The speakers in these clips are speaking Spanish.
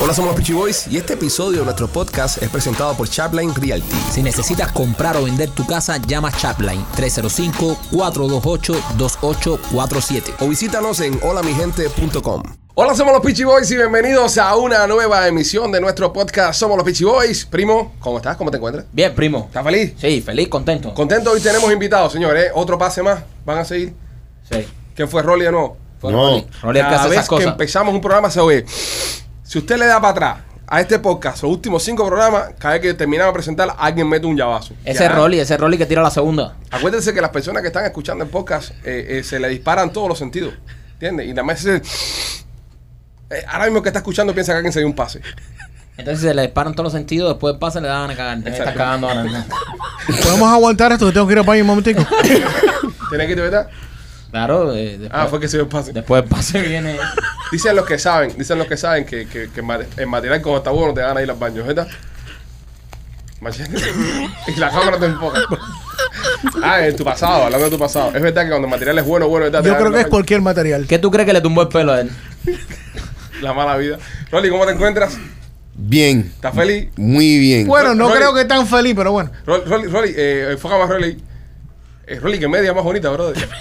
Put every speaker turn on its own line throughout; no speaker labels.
Hola, somos los Peachy Boys y este episodio de nuestro podcast es presentado por Chapline Realty.
Si necesitas comprar o vender tu casa, llama Chapline 305-428-2847.
O visítanos en holamigente.com. Hola, somos los Peachy Boys y bienvenidos a una nueva emisión de nuestro podcast. Somos los Peachy Boys. Primo, ¿cómo estás? ¿Cómo te encuentras?
Bien, primo.
¿Estás feliz?
Sí, feliz, contento.
Contento, hoy tenemos invitados, señores. ¿eh? Otro pase más. Van a seguir.
Sí.
¿Quién fue Rolly o no?
Fue
No.
Rolly. Rolly el que
Cada
hace
vez
esas
que
cosas.
empezamos un programa se oye. Si usted le da para atrás a este podcast, los últimos cinco programas, cada vez que terminamos de presentar, alguien mete un llavazo.
Ese
Ya.
Rolly, ese Rolly que tira la segunda.
Acuérdense que las personas que están escuchando el podcast eh, eh, se le disparan todos los sentidos. ¿Entiendes? Y nada más ese- eh, ahora mismo que está escuchando piensa que alguien se dio un pase.
Entonces se le disparan todos los sentidos, después pasa le dan a cagar. Te estás
Exacto.
cagando ahora.
¿Podemos aguantar esto? Que tengo que ir al baño un momentico.
¿Tienes que ir, verdad?
Claro, eh, después,
Ah, fue que se dio el pase.
después pase viene.
Dicen los que saben, dicen los que saben que, que, que ma- el material como está bueno te van a ir al baño, ¿verdad? Machete. Y la cámara te enfoca. Ah, en tu pasado, hablando de tu pasado. Es verdad que cuando el material es bueno, bueno, ¿verdad? Te
Yo
van
creo
al
que es
baño.
cualquier material.
¿Qué tú crees que le tumbó el pelo a él?
La mala vida. Rolly, ¿cómo te encuentras?
Bien,
¿Estás feliz?
muy bien.
Bueno, no
Roy-
creo que tan feliz, pero bueno.
Rolly, Rolly, Rolly, eh, enfoca más Rolly. Eh, Rolly, que media más bonita, brother.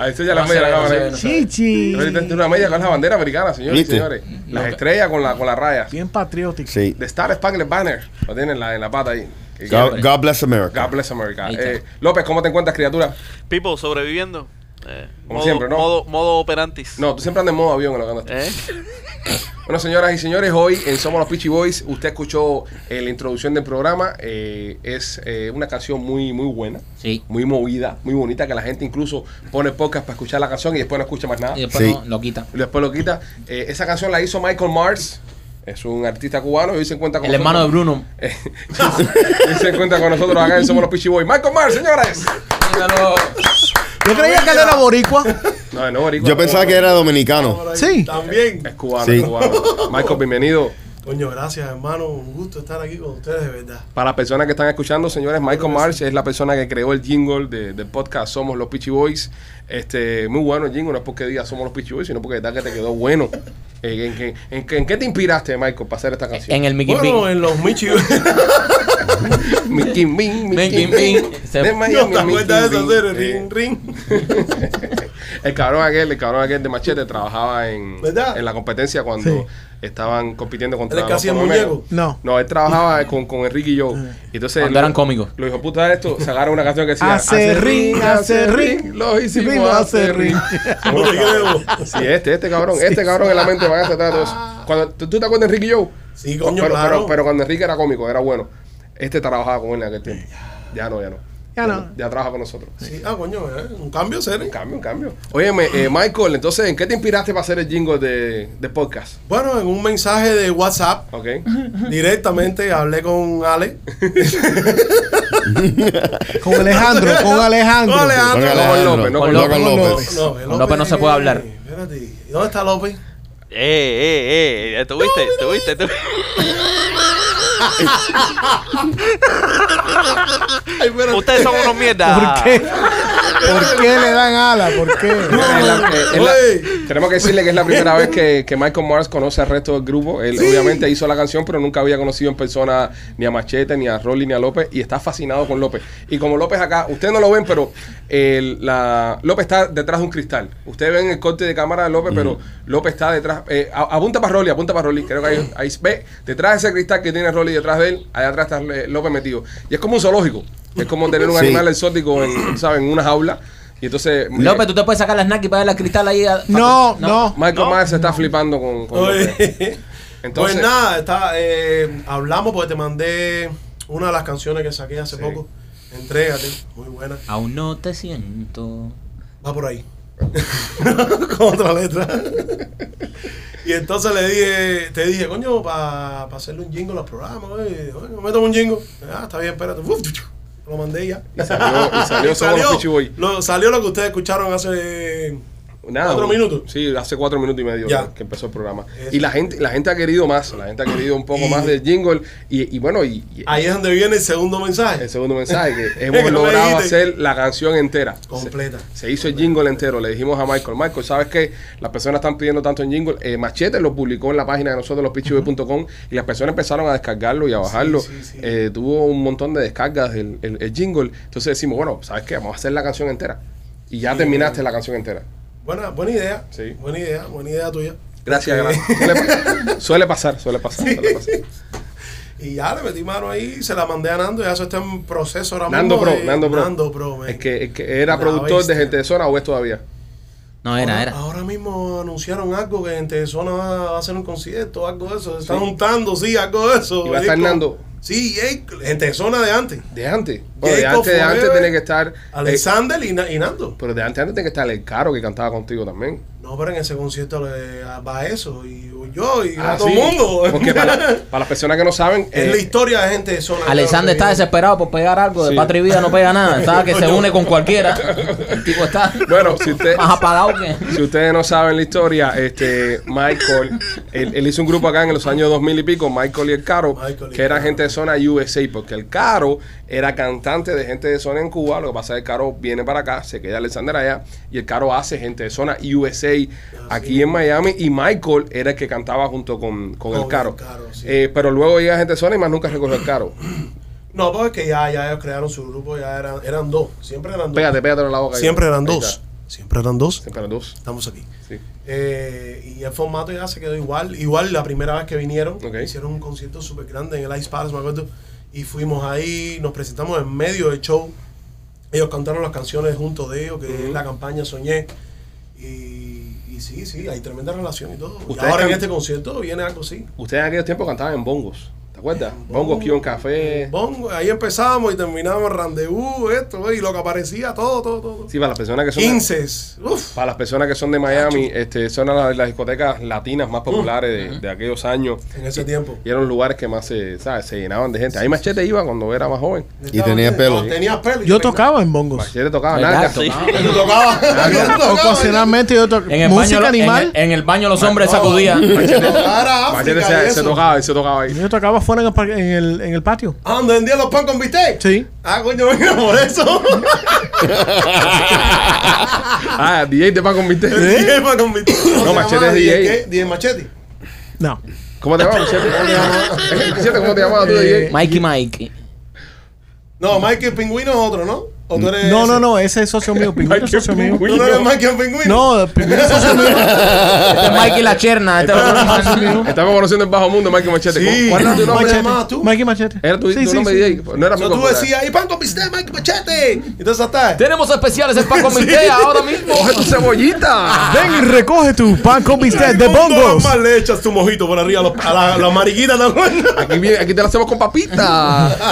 Ahí estoy ya la
No
media
se
de la
ve, no se
cámara.
ve, no se ve.
Chichi.
Rolly tiene una media con la bandera americana, señores y
¿Viste?
señores. Las estrellas con la, con las rayas.
Bien patriótico.
sí.
The Star Spangled Banner. Lo tienen en la, en la pata ahí. Que-
God, God bless America.
God bless America.
Ahí está.
Eh, López, ¿cómo te encuentras, criatura?
People sobreviviendo. Eh,
Como
modo,
siempre, ¿no?
Modo, modo operantis.
No, tú siempre andas en modo avión en lo que andas tú.
¿Eh?
Bueno, señoras y señores, hoy en Somos los Peachy Boys, usted escuchó eh, la introducción del programa. eh, es eh, una canción muy, muy buena.
Sí.
Muy movida, muy bonita, que la gente incluso pone podcast para escuchar la canción y después no escucha más nada.
Y después
Sí.
no, lo quita.
Y después lo quita. Eh, esa canción la hizo Michael Mars. Es un artista cubano y hoy se encuentra con
El hermano de
nosotros.
Bruno.
Él se encuentra con nosotros acá en Somos los Peachy Boys. Michael Mars, señores.
Dígalo.
Yo creía que él era boricua.
No, no, boricua,
Yo pensaba
no.
que era dominicano.
Sí.
También.
Es cubano,
Sí.
es cubano. Michael, bienvenido.
Coño, gracias, hermano. Un gusto estar aquí con ustedes, de verdad.
Para las personas que están escuchando, señores, Michael Marsh es la persona que creó el jingle de- del podcast Somos los Peachy Boys. Este, muy bueno el jingle, no es porque diga Somos los Peachy Boys, sino porque de verdad que te quedó bueno. Eh, ¿En, qué- en qué- en qué te inspiraste, Michael, para hacer esta canción?
En el Mickey
Bueno, en los Michi.
Mickey Min, Mickey
Mickey Min.
Min. De
No,
Miami,
¿te
Mickey
acuerdas de
Min.
esa serie?
Eh,
Ring, ring.
El cabrón aquel, el cabrón aquel de Machete trabajaba en,
¿Verdad?
en la competencia cuando
Sí.
estaban compitiendo contra
Era casi
los
el
panameños.
muñeco.
No. Ah.
No, él trabajaba con, con Enrique y yo. Y Entonces,
Cuando eran cómicos.
Los hijos puta de esto sacaron una canción que decía
Hace ring, hace ring,
Lo hicimos hace ring.
No te creo.
Sí, este, este cabrón, este cabrón en la mente van a tratar de todo eso. Cuando, ¿tú, tú te acuerdas de Enrique y yo?
Ah. Sí, coño,
pero,
claro.
pero, pero cuando Enrique era cómico, era bueno. Este trabajaba con él en aquel tiempo. Ya no, ya no.
Ya no.
Ya trabaja con nosotros.
Sí, ah, coño, eh, un cambio
Un
serio.
cambio, un cambio. Óyeme, eh, Michael, entonces, ¿en qué te inspiraste para hacer el jingle de, de podcast?
Bueno, en un mensaje de WhatsApp,
¿Ok?
directamente hablé con Ale.
Con Alejandro, con Alejandro.
Con Alejandro.
Con Alejandro,
López, no
con
con
López.
López.
Con López no se puede hablar.
Espérate, ¿y ¿dónde está López?
Eh, eh, eh. ¿Tuviste? ¿Tuviste? ¿Tuviste? Ustedes son unos mierda.
¿Por qué? ¿Por qué le dan ala? ¿Por qué?
Es la- es- es la-
Oye.
tenemos que decirle que es la primera vez que, que Michael Mars conoce al resto del grupo. Él obviamente hizo la canción, pero nunca había conocido en persona ni a Machete, ni a Rolly, ni a López. Y está fascinado con López. Y como López acá, ustedes no lo ven, pero el- la, López está detrás de un cristal. Ustedes ven el corte de cámara de López, pero López está detrás. eh, a- apunta para Rolly, apunta para Rolly. Creo que ahí, ahí- ve, detrás de ese cristal que tiene Rolly detrás de él, allá atrás está eh, López metido. Y es como un zoológico. Es como tener un
Sí.
animal exótico en, ¿saben? en una jaula. Y entonces. eh,
López, tú te puedes sacar la snack y pagar la cristal ahí. a-
No, no.
Michael Myers se está flipando con, con López.
Oye.
Entonces,
pues nada, está, eh, hablamos porque te mandé una de las canciones que saqué hace
Sí.
poco. Entrégate, muy buena.
Aún no te siento.
Va por ahí. Con otra letra. y entonces le dije, te dije, coño, para hacerle un jingo a los programas, oye, oye, me tomo un jingo. Ah, está bien, espérate. Uf, chu, chu. lo mandé ya.
y salió, y salió solo los Peachy Boys.
lo, salió lo que ustedes escucharon hace
Nada,
¿Cuatro
güey.
minutos?
Sí, hace cuatro minutos y medio
Ya.
que empezó el programa.
Eso.
Y la gente, la gente ha querido más, la gente ha querido un poco
Y-
más del jingle. Y, y bueno, y, y
Ahí es donde viene el segundo mensaje.
el segundo mensaje, que
Es
hemos
que no me
logrado
dijiste.
hacer la canción entera.
Completa.
Se hizo el jingle entero. Le dijimos a Michael, Michael, ¿sabes qué? Las personas están pidiendo tanto en jingle. Eh, Machete lo publicó en la página de nosotros, lospichiboy.com, y las personas empezaron a descargarlo y a bajarlo.
sí, sí.
Eh, tuvo un montón de descargas el, el- el jingle. Entonces decimos, bueno, ¿sabes qué? Vamos a hacer la canción entera. Y ya terminaste la canción entera.
Buena, buena idea.
Sí.
Buena idea, buena idea tuya.
Gracias,
Porque-
gracias. Suele, suele pasar, suele pasar, suele pasar.
Y ya le metí mano ahí, se la mandé a Nando, ya eso está en proceso ahora
Nando
mismo.
Pro,
de-
Nando Pro.
Nando Pro, man.
Es que, es que era
La
productor
bestia.
de Gente de Zona o es todavía.
No, era,
ahora,
era.
ahora mismo anunciaron algo que en Tesona va va a hacer un concierto, algo de eso. Se están juntando, sí, algo de eso.
Y va a estar
Disco-
Nando.
Sí, eh, en Tesona de antes.
De antes. Bueno, de
Jacob
antes, de antes
Forever,
tiene que estar. eh,
Alexander y, Na- y Nando.
pero de antes, antes tiene que estar el caro que cantaba contigo también.
No, pero en ese concierto le- va eso, y yo, y
Ah,
a todo el
sí.
mundo.
Porque para, para las personas que no saben,
es
eh,
la historia de gente de zona.
Alexander está desesperado por pegar algo.
Sí.
De Patria y Vida no pega nada. Está que se une con cualquiera. El tipo está
bueno, si usted.
más apagado que...
Si ustedes no saben la historia, este Michael, él, él hizo un grupo acá en los años 2000 y pico, Michael y el Caro,
Michael y
que era
Caro.
gente de zona USA, porque el Caro era cantante de gente de zona en Cuba, lo que pasa es que el Caro viene para acá, se queda Alexander allá, y el Caro hace gente de zona USA
Ah,
aquí en Miami, y Michael era el que cantaba junto con, con
Con
el Caro.
el Caro, sí.
Eh, pero luego llega gente de zona y más nunca recogió el Caro.
No, porque ya, ya ellos crearon su grupo, ya eran, eran dos. Siempre eran dos.
Pégate, pégatelo en la boca. ahí.
Siempre eran
Ahí
dos.
está.
Siempre eran dos.
Siempre eran dos.
Estamos aquí.
Sí.
Eh, y el formato ya se quedó igual. Igual la primera vez que vinieron,
Ok.
hicieron un concierto súper grande en el Ice Palace, me acuerdo. Y fuimos ahí, nos presentamos en medio del show. Ellos cantaron las canciones junto de ellos, que es la campaña Soñé. Y, y sí, sí, hay tremenda relación y todo. Y
Ustedes
ahora en
can-
este concierto viene algo así.
Ustedes en aquellos tiempos cantaban en bongos, ¿te acuerdas? Bongos, guión, café.
Bongo, ahí empezamos y terminamos el rendezvous, esto, güey, y lo que aparecía, todo, todo, todo.
Sí, para las personas que son
Inces. Uf.
para las personas que son de Miami, este, son las, las discotecas latinas más populares de, de aquellos años
En ese tiempo.
y eran lugares que más se, ¿sabes? se llenaban de gente. Ahí Machete iba cuando era más joven.
Y tenía pelo.
Tenía pelo. y
Yo
se peinaba.
tocaba en bongos.
Machete tocaba
Exacto,
nalgas.
sí.
Yo tocaba. Yo tocaba.
Ocasionalmente yo tocaba.
En el,
Música
baño, lo- en
animal.
el- en el baño los hombres sacudían.
Machete,
Ahora
Machete
África y
se,
eso.
se tocaba y se tocaba ahí.
Yo tocaba fuera en el, par- en el, en el patio.
Ah, donde vendía los pan con bistec.
Sí.
Ah, coño, venga, por eso.
Ah, DJ te va con mi té.
DJ pan con bistec. ¿Cómo se
Machete
llamaba?
es DJ.
qué? DJ Machete.
No.
¿Cómo te llamas, Machete? Machete, ¿cómo te llamabas tú, DJ?
Mikey Mike.
No, Mike el Pingüino es otro, ¿no? ¿O tú eres
Mm. No,
ese?
no, no. Ese es socio mío. Pingüino es socio mío.
¿Tú no eres Mike el Pingüino?
No, pingüino es socio mío.
Este es Mikey la cherna. Este es otro
socio mío.
Estamos conociendo el bajo mundo, Mike Machete.
Sí.
¿Cuál era tu nombre?
Machete.
llamado?
llamabas tú?
Mikey Machete.
Era tu, tu nombre, DJ. No era
O sea,
muy
tú
popular.
decías, ahí pan con bistec, Mike Machete. Entonces hasta.
Tenemos especiales en Paco Mitea ahora mismo.
¡Coge tu cebollita!
Ven y recoge tu pan con bistec de bongos.
Más le echas tu mojito por arriba a, los- a la, a la mariquita también.
Aquí, viene- aquí te la hacemos con papita.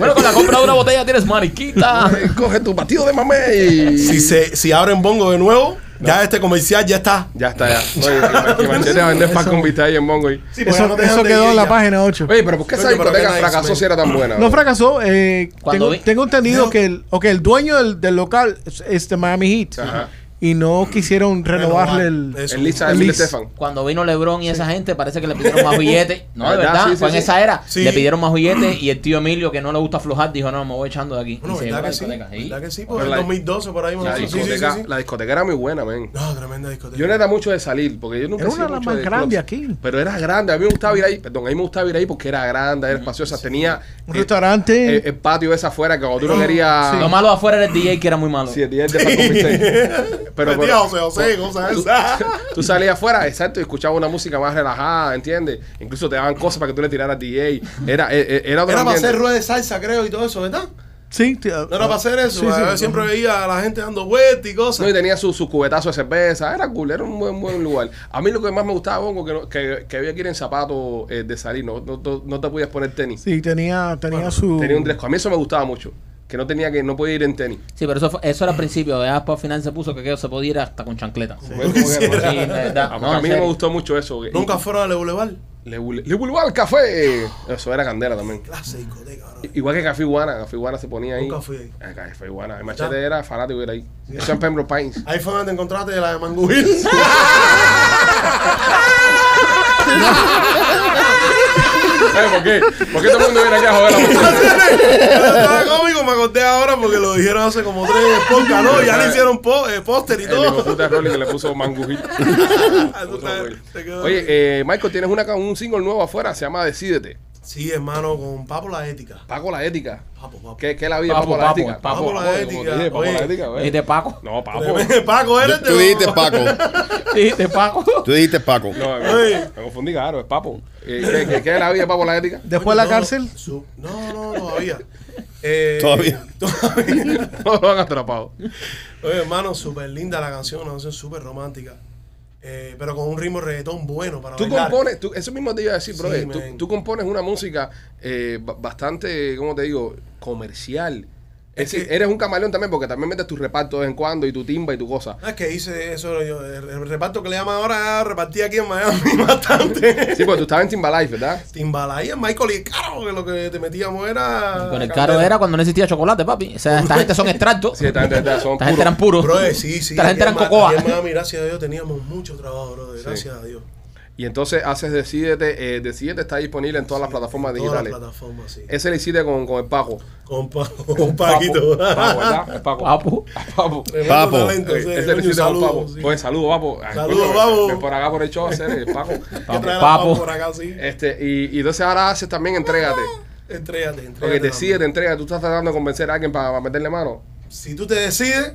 Bueno, con la compra de una botella tienes mariquita.
Eh, Coge tu batido de mamey.
Si, se, si abren bongo de nuevo, ya este comercial ya está.
Ya está, ya. Oye, que Machete va a vender pan con vista ahí en Mongo. Oye,
Sí, porque ya no
Eso,
te
eso
dejan de
quedó
ir
en la
ya.
página 8.
pero ¿por qué esa
Coño, pero
discoteca
qué nice,
fracasó
man.
si era tan buena?
No
bro?
fracasó. eh,
Cuando
tengo,
vi-
tengo entendido
No.
que el, ok, el dueño del, del local es, es de Miami Heat.
Ajá.
Y no quisieron renovarle el.
Eso.
El Lisa de
El
Emil
Liz.
Estefan.
Cuando vino LeBron y esa gente, parece que le pidieron más billetes. No, de
¿Verdad?
verdad,
Sí, sí,
fue en
sí.
esa era.
Sí.
Le pidieron más billetes y el tío Emilio, que no le gusta aflojar, dijo: No, me voy echando de aquí.
Bueno,
Y se llevó
¿verdad que
la
sí?
discoteca. Sí.
¿Verdad que sí? Por
Pero
el
la-
2012, por ahí. más
La
o menos. Sí, sí,
discoteca,
sí, sí.
la discoteca era muy buena, men.
No, tremenda discoteca.
Yo no era mucho de salir, porque yo nunca
Era
he sido
una de las
mucho
más
de
grandes
clubs.
aquí.
Pero era grande, a mí me gustaba ir ahí, perdón, a mí me gustaba ir ahí porque era grande,
Mm.
era espaciosa, tenía
Un
eh,
restaurante.
el, el patio ese afuera que cuando tú no
Sí.
querías...
Lo malo de afuera era el DJ, que era muy malo.
Sí, el día de pan con bistec. Pero,
Metía Pues, José José, cosas esas.
Tú salías afuera, exacto, y escuchabas una música más relajada, ¿entiendes? Incluso te daban cosas para que tú le tiraras DJ. Era, e- e- era otro
Era para
ambiente.
hacer rueda de salsa, creo, y todo eso, ¿verdad?
sí, t-
No era para hacer eso.
Ah. Sí,
eh,
sí.
siempre veía a la gente dando vueltas y cosas.
No, y tenía su, su cubetazo de cerveza. Era cool, era un buen, buen lugar. A mí lo que más me gustaba, Bongo, que, no- que, que había que ir en zapatos eh, de salir. No, no, no- no te podías poner tenis.
Sí, tenía, tenía su.
Tenía un dress code. A mí eso me gustaba mucho. Que no tenía que, no podía ir en tenis.
Sí, pero eso, fue- eso era al principio. Ya después al final se puso que aquello se podía ir hasta con chancleta. Sí,
Bueno, como que-
de verdad.
Ah, porque
No,
a mí no
en
me
serio.
gustó mucho eso.
Nunca fuera de Boulevard.
Le Bul- Le Bulbal Café. Eso era candela también.
Clase de discoteca, bro.
Igual que Café Iguana. Café Iguana se ponía ahí.
Nunca fui ahí.
Ah, Café Iguana. El machete era fanático era ahí. Eso en Pembroke Pines.
Ahí fue donde encontraste la de Mangú Hills.
¿Sabes por qué? ¿Por qué todo el mundo viene aquí a joder la música?
Estaba cómico, me acordé ahora porque lo dijeron hace como tres podcasts, ¿no? Ya le hicieron po- eh, póster y
El hijo
todo.
puta de Rolly que le puso mangujito.
Ah, tú sabes, te quedó-
Oye, eh, Michael, tienes una, ca- un single nuevo afuera, se llama Decídete.
Sí, hermano, con Papo la ética.
Paco la ética.
Papo, papo.
¿Qué, qué es la vida de
Papo,
Paco la
Papo,
ética?
Papo.
Papo,
Este-
Papo la
como te
ética,
dije, Papo
oye.
la ética,
Y
güey.
de Paco.
No, Paco.
Paco, eres
Tú dijiste Paco.
Sí, de Paco.
Tú dijiste Paco.
No,
Oye.
me, me confundí, claro, es Papo. Eh, ¿Qué, qué, qué es la vida de Papo la ética?
Después de la cárcel,
Su- No, no, todavía. Eh,
Todavía.
todavía.
No lo han atrapado.
Oye, hermano, súper linda la canción, una canción súper romántica. Eh, pero con un ritmo de reggaetón bueno para
Tú
bailar.
compones, tú- eso mismo te iba a decir,
Sí,
brother. tú,
man.
tú compones una música eh, ba- bastante, ¿cómo te digo? Comercial. Es
Es
decir,
que-
eres un camaleón también porque también metes tu reparto de vez en cuando y tu timba y tu cosa.
Ah, es que hice eso, yo, el el reparto que le llaman ahora, repartí aquí en Miami bastante.
Sí, porque tú estabas en Timbalife, ¿verdad?
Timbalaya, Michael y el Caro, que lo que te metíamos era.
Con el caro era cuando no existía chocolate, papi. O sea, esta gente son extractos.
Sí, esta gente, esta- son
Esta gente
puros.
eran puros.
Bro, eh, sí, sí.
Esta gente
aquí
eran
en Ma-
cocoa.
aquí en Miami, gracias a Dios teníamos mucho trabajo, bro. Gracias a Dios.
Y entonces haces Decídete, eh, Decídete está disponible en todas las plataformas
Todas las
digitales.
plataformas, sí.
Ese le hiciste con, con el Paco.
Con, pa, con Paquito.
Papo, Papo, ¿verdad? El Paco.
Papo.
Papo.
Tremendo
Papo.
talento,
Eh,
sí,
ese le
coño, un
hiciste con
saludo,
Papo.
sí.
Oye, saludos, Papo. Ay,
Saludos,
coño,
Papo.
ven por acá por el show a hacer el Paco.
Hay que traer a
Papo.
Papo. por acá, sí.
Este, y, y entonces ahora haces también Entrégate.
Entrégate, entrégate.
Porque decide, te
también.
entrega. Tú estás tratando de convencer a alguien para, para meterle mano.
Si tú te decides,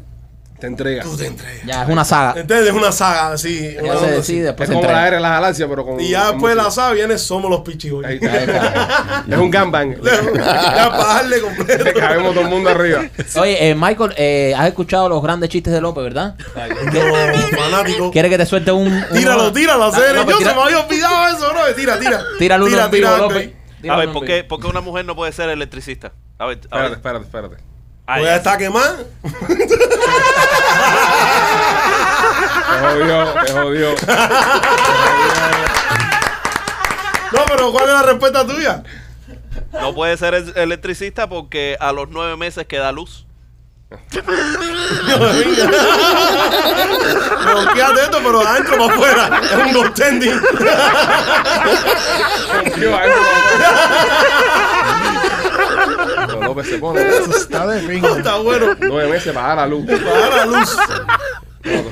Te entrega.
tú te entregas.
Ya, es una saga.
Entonces es una saga así. una
Ya
onda
se
así.
decide,
es
después se
como la
entrega.
era de las galaxias, pero con.
Y ya
con
después la
música.
saga viene Somos los Pichiboy.
Ahí está, ahí está. es un gangbang.
ya para darle completo.
Le cabemos todo el mundo arriba.
Oye, eh, Michael, eh, has escuchado los grandes chistes de López, ¿verdad?
No, fanático.
¿Quieres que te suelte un. un-
Tíralo, tíralo, serio.
López,
Yo
pues tira-
se me había olvidado eso, bro. Tira, tira.
Tíralo uno en vivo,
algo
López.
ahí.
A
Tíralo
ver,
uno
¿por
en
qué,
vivo.
por qué una mujer no puede ser electricista? A ver, a ver.
Espérate, espérate, espérate.
Ah,
Porque
ya.
ya está quemada.
Te jodió, te jodió.
No, pero ¿cuál es la respuesta tuya?
No puede ser el- electricista porque a los nueve meses queda luz.
Bloqueate esto, pero de adentro para afuera. Es un goaltending.
Tío, ahí me lo- Pero López se pone
está de pinga.
Está bueno.
nueve meses para dar la luz.
Para la luz.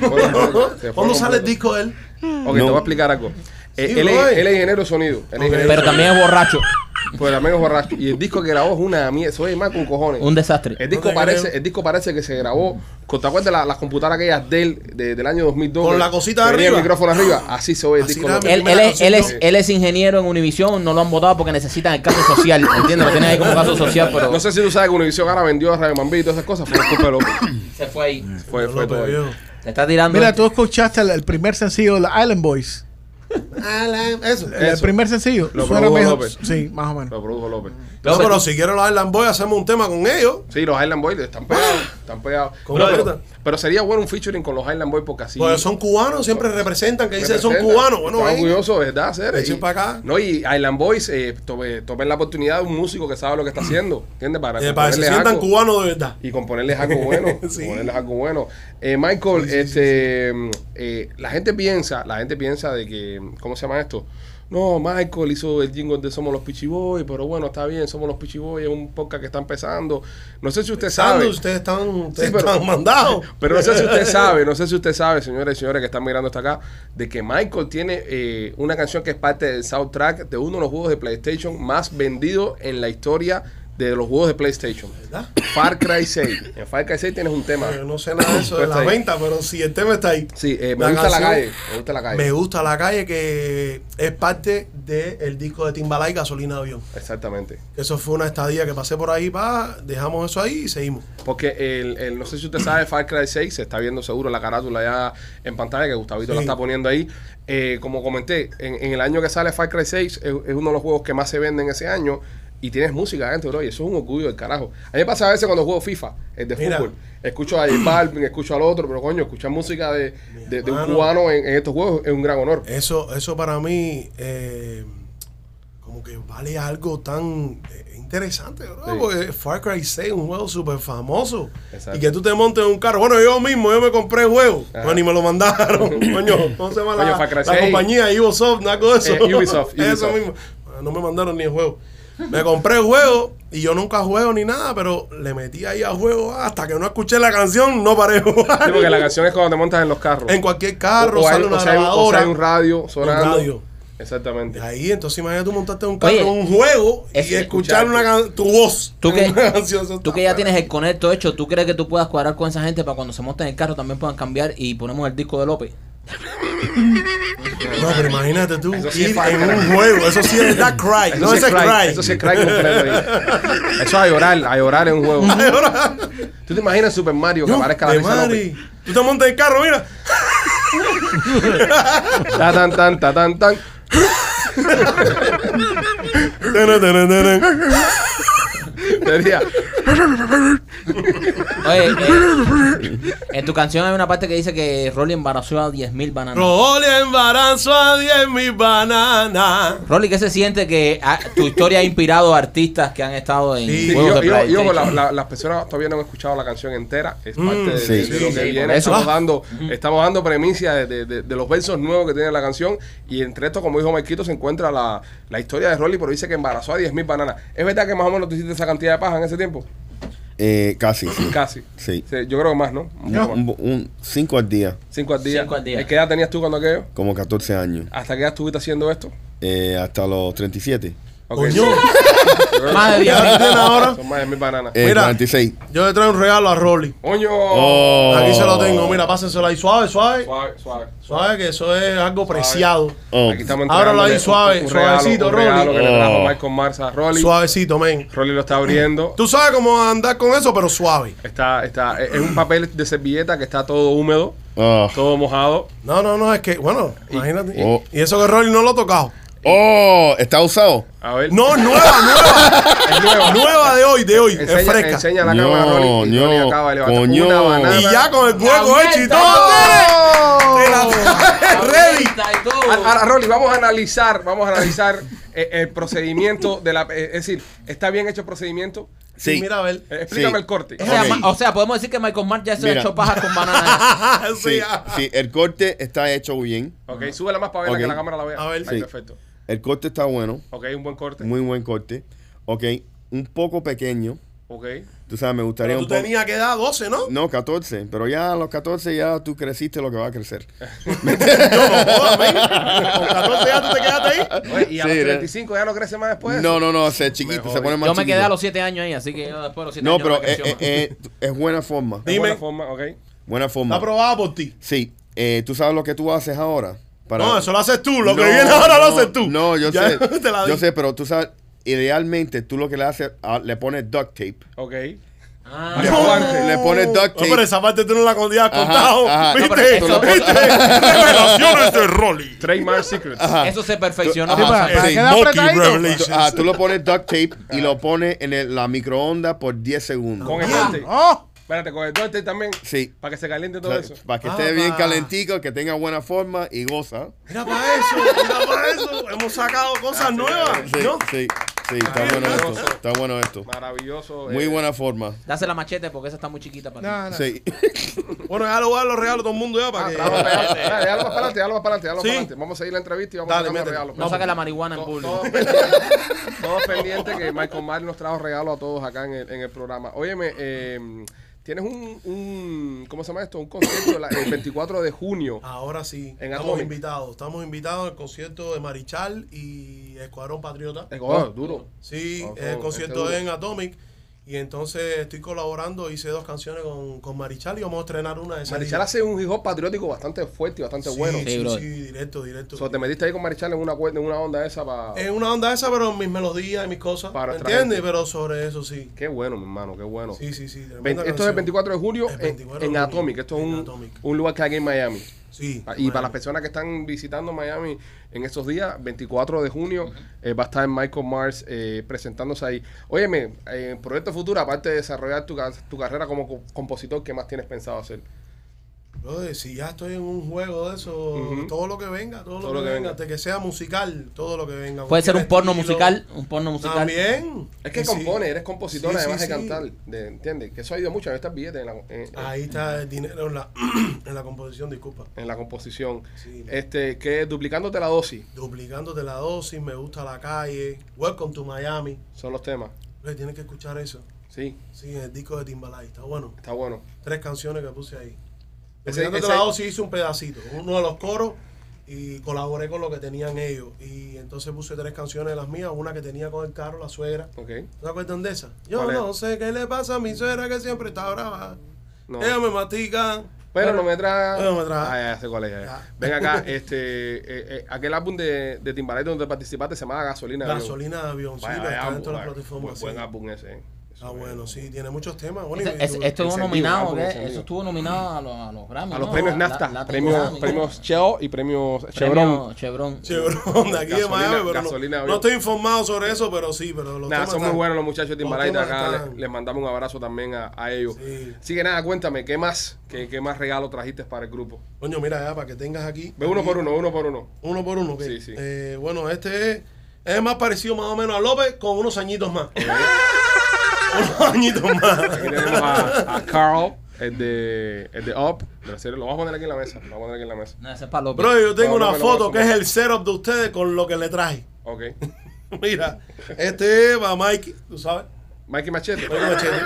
¿Cuándo
¿Cuándo sale el disco de él?
Ok, te voy a explicar algo. Eh,
Sí,
él, es,
bro.
él es ingeniero de sonido. Él es ingeniero de
Pero también es borracho.
Pues también es borracho. Y el disco que grabó es una mierda. Soy más con cojones.
Un desastre.
El disco,
No te
parece,
creo.
el disco parece que se grabó. con- ¿Te acuerdas las computadoras aquellas del, de- del año 2002?
Con la
que
cosita de
tenía
arriba.
el micrófono arriba. Así se oye el
Así
disco.
era
loco.
mi-
Él, él es, él, es, él es ingeniero en Univision, no lo han votado porque necesitan el caso social. ¿Entiendes? Lo tienen ahí como caso social, pero
No sé si tú sabes que Univision ahora vendió a Radio Mambí y todas esas cosas. Fue culpa de López.
se fue ahí.
Fue, fue todo ahí.
Te está tirando.
Mira, tú escuchaste el, el primer sencillo de los Island Boys.
Eso.
El
Eso.
primer sencillo.
Lo
suena
produjo
mejor.
López.
Sí, más o menos.
Lo produjo López.
No, pero si quiero los Island Boy, hacemos un tema con ellos.
Sí, los Island Boys están pegados. Están pegados.
Con
Pero-
la
pero,
verdad.
pero sería bueno un featuring con los Island Boys porque así.
Porque son cubanos, siempre representan, que dicen son
representan.
cubanos. Bueno, eh,
Están
ahí.
orgullosos, ¿verdad? Ser,
Echen pa' acá.
No, y Island Boys, eh, tome- tomen la oportunidad de un músico que sabe lo que está haciendo. ¿Entiendes? Para,
Eh, para que se
componerles
sientan
algo.
cubanos de verdad.
Y componerles algo bueno.
Sí.
Componerles algo bueno. Eh, Michael, este, eh, la gente piensa, la gente piensa de que, ¿cómo se llama esto? No, Michael hizo el jingle de Somos los Pichiboy, pero bueno, está bien, Somos los Pichiboy, es un podcast que está empezando. No sé si usted sabe.
Sandro, ustedes están, ustedes
Sí, pero-
están mandados. Eh,
Pero no sé si usted sabe, no sé si usted sabe, señores y señores que están mirando hasta acá, de que Michael tiene eh, una canción que es parte del soundtrack de uno de los juegos de PlayStation más vendidos en la historia de los juegos de PlayStation.
¿Verdad?
Far Cry 6. En Far Cry 6 tienes un tema.
Yo no sé nada de eso de
Pues Está
la
ahí.
venta, pero si el tema está ahí.
Sí, eh, me gusta la
canción-
calle. Me gusta la calle.
Me gusta la calle, que es parte del disco de Timbalay, Gasolina de Avión.
Exactamente.
Eso fue una estadía que pasé por ahí, pa, dejamos eso ahí y seguimos.
Porque el, el- no sé si usted sabe, Far Cry 6 se está viendo seguro la carátula ya en pantalla que Gustavito la
Sí.
está poniendo ahí. Eh, como comenté, en, en el año que sale Far Cry 6 es, es uno de los juegos que más se venden ese año y tienes música adentro, bro, y eso es un orgullo del carajo. A mí me pasa a veces cuando juego FIFA, el de
Mira.
fútbol, escucho a J Balvin, escucho al otro, pero coño, escuchar música de, de- de un
hermano. Eh,
cubano en, en estos juegos es un gran honor.
Eso, eso para mí eh, como que vale algo tan eh, interesante, bro.
Sí.
Porque Far Cry 6 es un juego súper famoso.
Exacto.
Y que tú te montes en un carro. Bueno, yo mismo, yo me compré el juego.
Ajá.
Bueno, y me lo mandaron. Coño, ¿cómo se llama
Coño,
la,
Far Cry
la
6.
compañía? Ubisoft, nada con eso.
Eh, Ubisoft,
eso
Ubisoft.
mismo. Ah, No me mandaron ni el juego. Me compré el juego y yo nunca juego ni nada, pero le metí ahí al juego hasta que no escuché la canción, no paré de jugar.
Sí, porque la canción es cuando te montas en los carros.
En cualquier carro
o, hay,
sale una
o sea, hay un- o sea,
grabadora.
hay un radio sonando.
radio.
Exactamente.
De ahí, entonces imagínate tú montarte en un carro,
Oye,
un juego
es
y escuchar
escucharte.
una can- tu voz.
Tú que,
en una canción, eso
tú
está
que ya
fuera.
tienes el conecto hecho, ¿tú crees que tú puedas cuadrar con esa gente para cuando se monten en el carro también puedan cambiar y ponemos el disco de López?
No, pero imagínate tú
Eso sí es
ir
Far
en
Cry.
un juego. Eso sí es da cry.
Eso
no,
sí
ese es cry.
Eso sí es cry completo ahí. Eso es a llorar, a llorar en un juego. ¿Tú te imaginas Super Mario que
Yo,
aparezca la
de
risa
Mari.
López?
Tú te montas en el carro, mira.
Ta, tan, tan, ta, tan, tan.
Tene, tene, tene.
Sería,
Oye, eh, en tu canción hay una parte que dice que Rolly embarazó a 10.000 bananas.
Rolly embarazo a 10 mil bananas.
Rolly, ¿qué se siente que ah, tu historia ha inspirado a artistas que han estado en
Sí,
y
juegos
yo,
de
yo, yo,
PlayStation?
la- la- las personas todavía no han escuchado la canción entera. Es
Mm.
parte de,
sí,
de
sí,
lo que
sí, por
viene.
eso.
Estamos dando, estamos dando premicia de, de- de- de los versos nuevos que tiene la canción. Y entre esto, como dijo Marquito, se encuentra la, la historia de Rolly, pero dice que embarazó a 10.000 bananas. ¿Es verdad que más o menos tú hiciste esa cantidad de paja en ese tiempo?
Eh, casi, sí.
Casi.
Sí.
yo creo que más, ¿no? Un poco más.
Un, un- cinco al día,
Cinco al día.
Cinco al día.
¿Y ¿Qué edad tenías tú cuando aquello?
como 14 años.
¿Hasta qué edad estuviste haciendo esto?
Eh, hasta los 37.
Ok,
Coño,
Más de
¿qué edad
10.000.
tiene ahora?
Son más de mil bananas.
Eh,
Mira.
46.
Yo le traigo un regalo a Rolly.
¡Coño!
Oh.
Aquí se lo tengo, mira, pásenselo ahí. Suave, suave.
Suave, suave.
Suave, que eso es algo preciado.
Oh.
Aquí estamos
Ábralo ahí,
entregándole un-
suave,
un regalo,
suavecito,
un regalo
Rolly.
que le trajo
Oh.
Michael Mars a Rolly.
Suavecito, men.
Rolly lo está abriendo.
Tú sabes cómo andar con eso, pero suave.
Está, está, es es un papel de servilleta que está todo húmedo,
Oh.
todo mojado.
No, no, no, es que, bueno, imagínate.
Oh.
Y eso que Rolly no lo ha tocado.
Oh, está usado.
A ver.
No, nueva, nueva.
es nuevo.
nueva de hoy, de hoy. es
Enseña,
fresca.
enseña la
No,
cámara a Rolly. Y
no,
Rolly acaba de levantar
coño.
una banana.
Y ya con el hueco hecho y todo. ¡eh!
Oh.
Te la traes ready.
Ahora, ahora, Rolly, vamos a analizar, vamos a analizar eh, el procedimiento de la. eh, es decir, ¿está bien hecho el procedimiento?
Sí, mira, a ver.
Eh, explícame
Sí.
el corte.
O sea,
Ok.
ma- o sea, podemos decir que Michael Mars ya se
Mira.
ha hecho paja con bananas.
Sí,
Sí,
ah.
sí, el corte está hecho bien.
Ok, súbela más para verla
Ok.
que la cámara la vea.
A ver.
Ahí,
Sí.
perfecto.
El corte está bueno.
Ok, un buen corte.
Muy buen corte. Ok, un poco pequeño.
Ok.
Tú sabes, me gustaría
Pero tú
un poco.
tenías que dar 12, ¿no?
No, 14. Pero ya a los 14 ya tú creciste lo que va a crecer.
No, no, jodas, men. Con 14 ya tú te quedaste ahí.
Oye, ¿Y a
Sí,
los
¿verdad?
35 ya no crece más después? de eso?
No, no, no, se chiquito,
Me
se pone más
Yo me quedé
chiquito.
a los 7 años ahí, así que yo después de los 7
No,
años.
pero
me
eh,
creció
eh,
más.
eh, es buena forma.
De buena
Dime.
forma, ok.
Buena forma.
Está aprobada por ti.
Sí, eh, tú sabes lo que tú haces ahora. Para...
No, eso lo haces tú. Lo que
No,
viene ahora lo
no,
haces tú.
No, yo
Ya
sé.
te la
Yo
di.
sé, pero tú sabes, idealmente tú lo que le haces, ah, le pones duct tape.
Ok.
Ah.
Vale, aguante.
Le pones duct
No, pero
tape.
esa parte tú no la habías
Ajá,
contado.
ajá. No,
¿Viste?
pero eso-
¿Viste? Revelaciones de Rolly.
Trademark Secrets.
Ajá.
Eso se perfeccionó.
eh, Ajá,
con
para,
Sandy.
para
Sí,
quedar
Monkey
apretadito.
Revelation.
Ah, tú lo pones duct tape y lo pones en el- la microonda por 10 segundos.
Con el corte.
Oh,
Espérate, con el corte también.
Sí.
Para que se caliente todo
Para
eso.
que esté bien
Ah.
calentico, que tenga buena forma y goza.
Mira para eso, mira para eso. Hemos sacado cosas nuevas.
Ah, Sí,
¿no?
sí, sí, está
Ah,
bueno
bien,
esto.
gozo.
Está bueno esto.
Maravilloso.
Muy
eh,
buena forma.
Dásela machete porque esa está muy chiquita
no,
para ti.
no.
Sí.
Bueno, ya lo voy a dar los regalos a todo el mundo ya para que.
Vamos para allá, dale, dale, vamos para adelante, dale, vamos para adelante, dale, vamos
Sí.
para adelante. Vamos a seguir la entrevista y vamos
Dale,
a sacar los
métele.
regalos.
No saque la marihuana en
To-
público.
Todos pendientes todos pendientes que Michael Myers nos trajo regalos a todos acá en el, en el programa. Óyeme, eh, tienes un, un- ¿cómo se llama esto? Un concierto la- el 24 de junio.
Ahora sí,
En
estamos
Atomic.
invitados. Estamos invitados al concierto de Marichal y Escuadrón Patriota.
Eh, oh, duro.
Sí,
Ah, oh,
Ojo,
el concierto
este
es
duro.
en Atomic. Y entonces estoy colaborando, hice dos canciones con, con Marichal y vamos a estrenar una de esas.
Marichal hace un hip hop patriótico bastante fuerte y bastante
sí,
bueno.
Sí,
Sí,
sí,
brother.
directo, directo.
O sea, te metiste ahí con Marichal en una, cuerda- en una onda esa para...
Es una onda esa, pero mis melodías y mis cosas.
Para
¿Me
otra
entiendes?
gente.
Pero sobre eso sí.
Qué bueno, mi hermano, qué bueno.
Sí, sí, sí. tremenda
Vein- esto es el
canción.
24 de julio
El
en-
24 de
en,
junio,
Atomic. Esto es
en
un,
Atomic.
un lugar que hay en Miami.
Sí.
Ah, Y para las personas que están visitando Miami en estos días, 24 de junio, eh, va a estar Michael Mars eh, presentándose ahí. Óyeme, eh, Proyecto Futuro, aparte de desarrollar tu, ca- tu carrera como co- compositor, ¿qué más tienes pensado hacer?
Brother, si ya estoy en un juego de eso,
Ujú.
todo lo que venga, todo, lo, que, venga, hasta que sea musical, todo lo que venga.
Puede ser un
cualquier
porno
estilo.
musical, un porno musical.
También.
Es que
Sí.
compone, eres compositor,
Sí, sí,
además
sí. Ah.
de cantar, de- ¿entiendes? Que eso ayuda mucho en estas billetes, en la, en- en-
Ahí está el dinero en la, en la composición, disculpa.
en la composición.
Sí.
Este, que duplicándote la dosis
Duplicándote la dosis, me gusta la calle, Welcome to Miami.
son los temas.
Brother, tienes que escuchar eso.
Sí,
Sí, en el disco de Timbalay, está bueno.
está bueno.
Tres canciones que puse ahí.
Ese-
Duplicándote
ese-
la dosis hice un pedacito, uno de los coros y colaboré con lo que tenían ellos. Y entonces puse tres canciones de las mías, una que tenía con el carro, la suegra.
Ok.
¿No se acuerdan de esa? Yo
¿Cuál es?
no sé qué le pasa a mi suegra que siempre está brava.
No.
Ella me matica.
Pero no me trae.
Bueno, me trae.
Ah, ya, ya sé cuál es. ya, ya.
Ya.
Ven acá, este, eh, eh, aquel álbum de, de Timbalay donde participaste se llamaba Gasolina. de Avión.
Gasolina de avión, sí,
Vaya,
lo
vaya
está
álbum,
dentro de la
vaya.
plataforma.
Buen,
sí.
buen álbum ese. eh. Eso
Ah,
es.
bueno, sí, tiene muchos temas. Bueno,
Ese-
y-
ese- estuvo
encendido,
nominado,
álbum
¿qué?
encendido.
eso estuvo nominado a los, a los Grammy.
A los
¿no?
premios
La-
NAFTA,
la- Latin
premios,
Grammy.
premios Cheo y premios Chevron.
Premio Chevron.
Chevron de aquí de
Gasolina-
Miami, pero no-
gasolina de
no,
avión.
estoy informado sobre eso, pero sí, pero los
Nada,
temas
son muy
están-
buenos los muchachos de Timbalay de
Los
acá.
temas
le- Les,
están-
mandamos un abrazo también a, a ellos.
Sí.
Así que nada, cuéntame, ¿qué más? ¿Qué, qué más regalo trajiste para el grupo?
Coño, mira, ya, para que tengas aquí.
Ve uno
aquí-
por uno, uno por uno.
Uno por uno, ¿ok?
Sí, sí.
Eh, bueno, este es, es más parecido más o menos a López con unos añitos más. unos añitos más.
Aquí tenemos a, a Carl, el de, el de Up, de la serie. Lo vamos a poner aquí en la mesa. Lo vamos a poner aquí en la mesa.
No, ese es para López.
Bro, yo
No,
tengo
no
una
me lo
foto
puedo
que es el setup de ustedes con lo que le traje.
Ok.
Mira, este es para Mikey, tú sabes.
Mikey Machete.
Mikey Machete.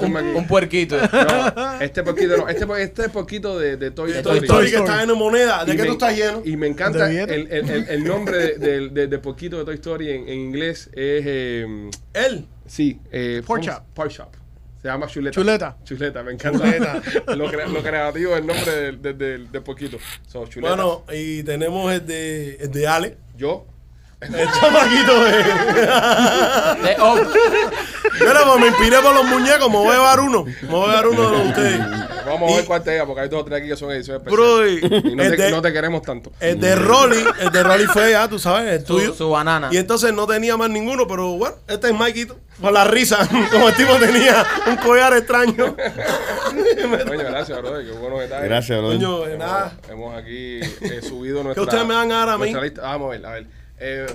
Ponme aquí.
Un puerquito.
No, este poquito, no, este, po- este poquito de, de Toy
De
Story.
Toy Story que está en moneda. ¿De
Y
qué
me-
tú estás lleno?
Y me encanta
¿De
el,
billete?
el- el- el nombre de, de- de- de poquito de Toy Story en, en inglés es. eh,
Él.
sí, eh,
Pork
¿cómo se-
chop.
Pork chop. Se llama Chuleta.
Chuleta.
Chuleta, me encanta. Lo, cre- lo creativo del nombre de, de- de- de poquito. So, chuleta.
Bueno, y tenemos el de, el de Ale.
yo.
El chamaquito de.
De oh. Up.
Mira, pues me inspiré por los muñecos. Me voy a llevar uno. Me voy a llevar uno de ustedes.
Vamos a ver
Y-
cuál te llega, porque hay dos o tres aquí que son ediciones
Bro,
especiales.
y
Y no
el,
te,
de, Eh,
no te queremos tanto.
el de Rolly. El de Rolly fue ya, tú sabes, el tuyo.
Su, su banana.
Y entonces no tenía más ninguno, pero bueno, este es Maikito. Por la risa, como el tipo tenía un collar extraño.
Coño, gracias, brother. Qué bueno que estás.
Gracias, bro.
Coño, de
Hemos,
nada.
hemos aquí eh, subido nuestra.
ustedes me van a dar a mí?
nuestra lista. Ah, Vamos a ver, a ver. Eh,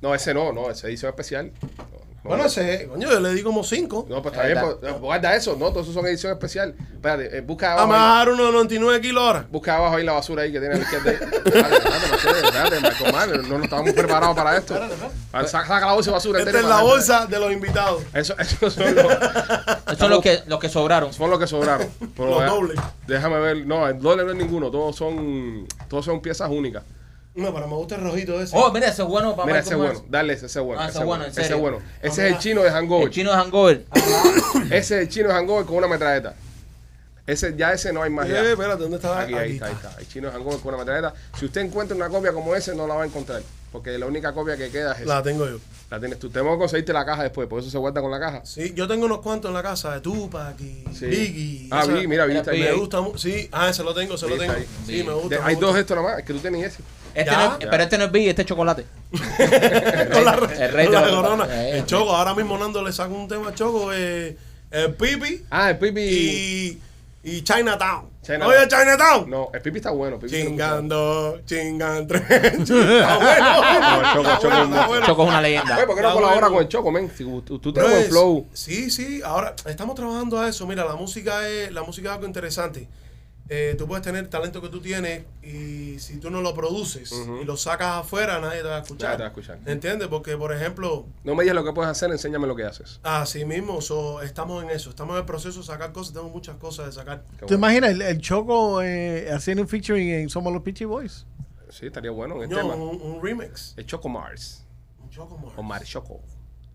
no, ese no, no, ese edición especial. No,
Bueno,
no,
ese, es- coño, yo le di como cinco.
No, pues está bien, pues, guarda eso, no, todos esos son edición especial. Espérate, eh, busca abajo.
Vamos a
ahí,
bajar uno de 99 kilos ahora.
busca abajo ahí la basura ahí que tiene a la izquierda. ahí. Espérate, espérate, espérate, espérate, Marco Mario, no, no estábamos preparados para esto. A ver, saca, saca la bolsa de basura.
Esta
tiene
es
para-
la bolsa de los invitados.
Eso, eso son los,
Esos son los que, los que sobraron.
son los que sobraron. Pero
Los
deja-
dobles.
Déjame ver, no, el doble no es ninguno, todos son, todos son piezas únicas.
No, pero me gusta el rojito ese.
Oh, mira, ese es bueno para
Mira,
Michael
ese es
Myers.
bueno. Dale ese, ese es bueno.
Ah,
ese es bueno.
en
Ese es
serio.
bueno. Ese es el chino de
El
Hangover.
chino de Hangover.
Ese es el chino de Hangover con una metralleta. Ese, ya ese no hay más. ya.
Eh, espérate, ¿dónde está?
Aquí, ahí está, ahí está. El chino de Hangover con una metralleta. Si usted encuentra una copia como ese, no la va a encontrar. Porque la única copia que queda es esa. La,
La tengo yo.
tienes tú. Tenemos que conseguirte la caja después. Por eso se guarda con la caja.
Sí, yo tengo unos cuantos en la casa de Tupac y
Sí.
Biggie.
Ah,
esa-
vi, mira, vi.
Mira,
Está ahí.
Me gusta mucho. Sí, ah, se lo tengo, se
Sí,
lo
está
tengo.
ahí.
Sí, me
De-
gusta.
hay dos
me gusta.
de estos nomás. Es que tú tenías ese.
Este
¿Ya?
no es- pero este no es Big, este es chocolate.
Con la,
El rey
con
de
la
los-
corona.
Eh,
El Choco, ahora mismo Nando le saca un tema a Choco. Eh, el Pipi
Ah, el Pipi.
y, y Chinatown.
Chinatown.
Oye, Chinatown.
No, el Pipi está bueno. Pipi está bueno.
Chingando, chingan tres. Está bueno.
No, el Choco, el
Está
Choco
bueno,
es
está
bueno.
bueno.
Choco es una
Oye,
leyenda.
¿por qué no
Está
colabora
bueno.
con el Choco, men? Si tú, tú
Pero
traes buen
es-
flow.
Pues, Sí, sí, ahora estamos trabajando a eso. Mira, la música es, la música es algo interesante. Eh, tú puedes tener el talento que tú tienes y si tú no lo produces y lo sacas afuera, nadie te va a escuchar.
Nadie te va a escuchar.
¿Entiendes? Porque, por ejemplo,
No me digas lo que puedes hacer, enséñame lo que haces.
así mismo so, estamos en eso. Estamos en el proceso de sacar cosas. Tenemos muchas cosas de sacar.
Qué bueno.
¿Te imaginas el, el Choco eh, haciendo un featuring en Somos los Pitchy Boys?
Sí, estaría bueno en el
Coño,
tema.
un, un remix.
El Choco Mars.
Un Choco
O
Mar.
Mar Choco.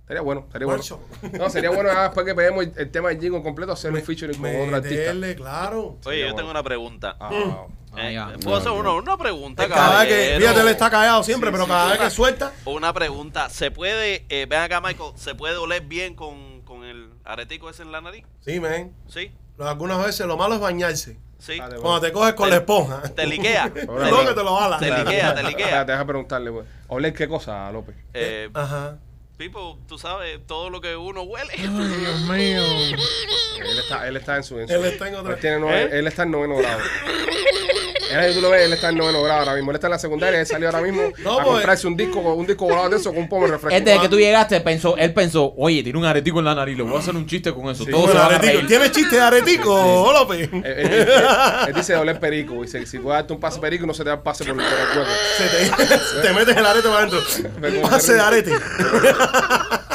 Estaría bueno, estaría
Mar
bueno.
Choco.
No, sería bueno ah, después que peguemos el, el tema del jingle completo, hacer un featuring con otro artista.
Meterle, claro.
Sí,
Oye, yo
bueno.
tengo una pregunta.
Mm.
Ah,
Eh,
Ah, ya.
¿Puedo hacer uno- una pregunta,
Cada vez que,
caballero?
fíjate, él está callado siempre, pero cada vez que suelta,
Una pregunta. ¿Se puede, eh, ven acá, Michael, ¿se puede oler bien con, con el aretico ese en la nariz?
sí, men.
¿Sí?
Algunas veces lo malo es bañarse.
¿Sí?
Ah, de-
Cuando te coges con la esponja.
¿Te liquea?
Ahora
No,
bueno.
que te lo bala.
Te liquea, te
Espérate, pues.
liquea.
deja preguntarle, güey. Oler qué cosa, López.
Eh,
Ajá.
Pipo, tú sabes todo lo que uno huele.
Ay, Dios mío.
Él está, él está en su. en su-
Él está en otra.
Él, tiene nueve-
¿Eh?
él está en noveno grado. Él, ahí tú lo ves, él está en noveno grado ahora mismo. Él está en la secundaria, él salió ahora mismo
No,
a
pues.
comprarse un disco, un disco volado de eso con un pomo de refresco.
Este que tú llegaste, pensó, él pensó, oye, tiene un aretico en la nariz, le voy a hacer un chiste con eso. Todos se
Bueno,
van a
aretico.
reír.
¿Tienes chiste de aretico, López?
Él, él- él- él dice doler perico. Dice, si puedes darte un pase perico, no se te da el pase por, por el cuerpo.
Se te, se te metes el arete para adentro.
Vengo
Pase de
a
arete.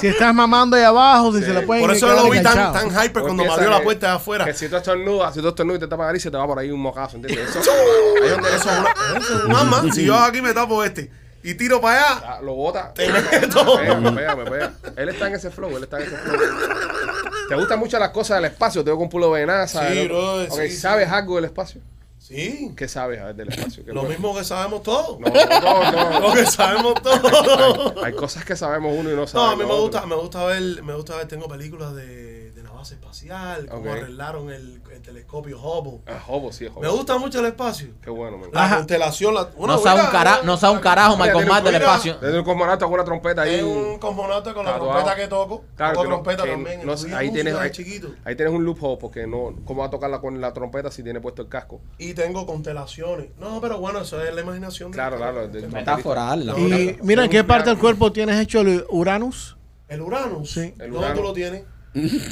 Si estás mamando ahí abajo, si se la pueden
Por eso
quedar
lo vi tan,
enganchado.
tan hyper cuando me
Empieza
abrió la
que-
puerta de afuera.
Que si tú estornudas, si tú estornudas y te tapas la nariz, se te va por ahí un mocazo, ¿entiendes? Eso, ahí es donde
Eso es una- eso es un arma. Si yo aquí me tapo este y tiro para allá,
Ah, lo bota.
te
Me
meto.
pega, me pega, me pega. Él está en ese flow, él está en ese flow. ¿Te gustan mucho las cosas del espacio? Te veo con pulo de NASA.
Sí,
el otro-
brother,
Ok,
sí, sí.
¿Sabes algo del espacio?
Sí,
¿Qué sabes a ver, del espacio? ¿Qué
lo
fue?
mismo que sabemos todos.
No, no, no, no.
Lo que sabemos todos.
Hay, hay cosas que sabemos uno y no
No,
sabemos.
a mí me
otro.
gusta, me gusta ver, me gusta ver, tengo películas de, de la base espacial, cómo
Ok.
arreglaron el, el telescopio Hubble.
Ah, Jobo, sí, Jobo.
Me gusta Ah, mucho el espacio.
Qué bueno, man.
La constelación, la, una
No sabe un
buena-
carajo, no sabe un carajo, Michael
tiene
Mann del
una-
espacio.
Desde un cosmonauta con una trompeta ahí.
Es un cosmonauta con la
Tatuado.
trompeta que toco.
Claro,
toco
que no-
trompeta
que
también.
no-
estudié
ahí,
música
tienes,
de
ahí,
chiquito.
ahí tienes un loophole porque no, ¿cómo va a tocarla con la trompeta si tiene puesto el casco?
Y tengo constelaciones. No, pero bueno, eso es la imaginación. de-
Claro, claro, de-
Metaforal. la-
Y mira, ¿en qué parte del cuerpo tienes hecho el Uranus?
El Uranus.
Sí.
El
¿Dónde
Uranus.
tú lo tienes?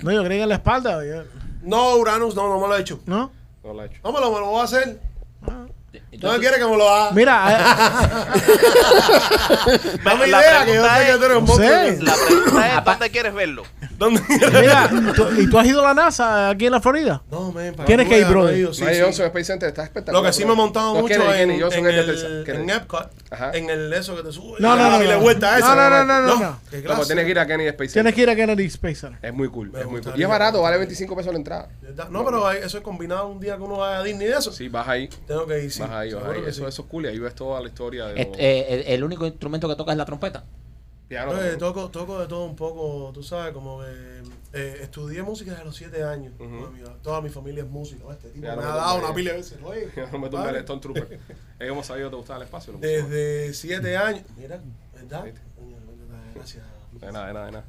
No, yo creí que en la espalda. yo-
No, Uranus, no, no me lo he hecho.
¿No?
No la he hecho.
No me lo, me lo voy a hacer. No me
Entonces,
quiere que me lo haga.
Mira, eh,
Dame
La
idea que yo
pregunta
sé que tú eres un
no sé.
monstruo.
La pregunta es, ¿dónde quieres verlo?
¿Dónde?
mira, ¿tú- ¿y tú has ido a la NASA aquí en la Florida?
No, men, para
Tienes
tú
que ir,
veas, no he
brother.
ido, sí,
Mike
sí.
Johnson Space Center está espectacular.
Lo que sí me he montado
No,
mucho
Kennedy,
en,
Kennedy Johnson este
en
es de
el,
Texas,
en
Kennedy.
Epcot,
Ajá.
en el eso que te sube.
No,
y
no,
le
no,
das
no.
vuelta
No,
a esa.
no, no, no, no, no.
qué
Como
clase.
tienes que ir a Kennedy Space Center.
Tienes que ir a Kennedy Space Center.
Es muy cool,
Me
es muy cool.
gustaría.
Y es barato, vale 25 pesos la entrada.
No, pero hay- eso es combinado un día que uno vaya a Disney y eso.
Sí, vas ahí,
Tengo que ir, sí.
vas ahí, vas
seguro
ahí.
que
Eso,
sí.
eso es cool y ahí ves toda la historia de
es-
los
eh, el- el único instrumento que toca es la trompeta.
pianos.
Oye, toco, toco de eh, todo un poco, tú sabes, como que eh, estudié música desde los 7 años. Toda mi- Toda mi familia es música. Este tipo
Ya no
me ha
me
dado
toca
una
ya.
pila de veces. Oye,
No me tumbe
compadre.
el Stone Trooper. Eh, Hemos sabido que te gustaba el espacio. lo
Eh,
pusimos.
Desde 7 años. Mira, ¿verdad?
Viste.
Coño, Gracias.
De nada, de nada, de nada.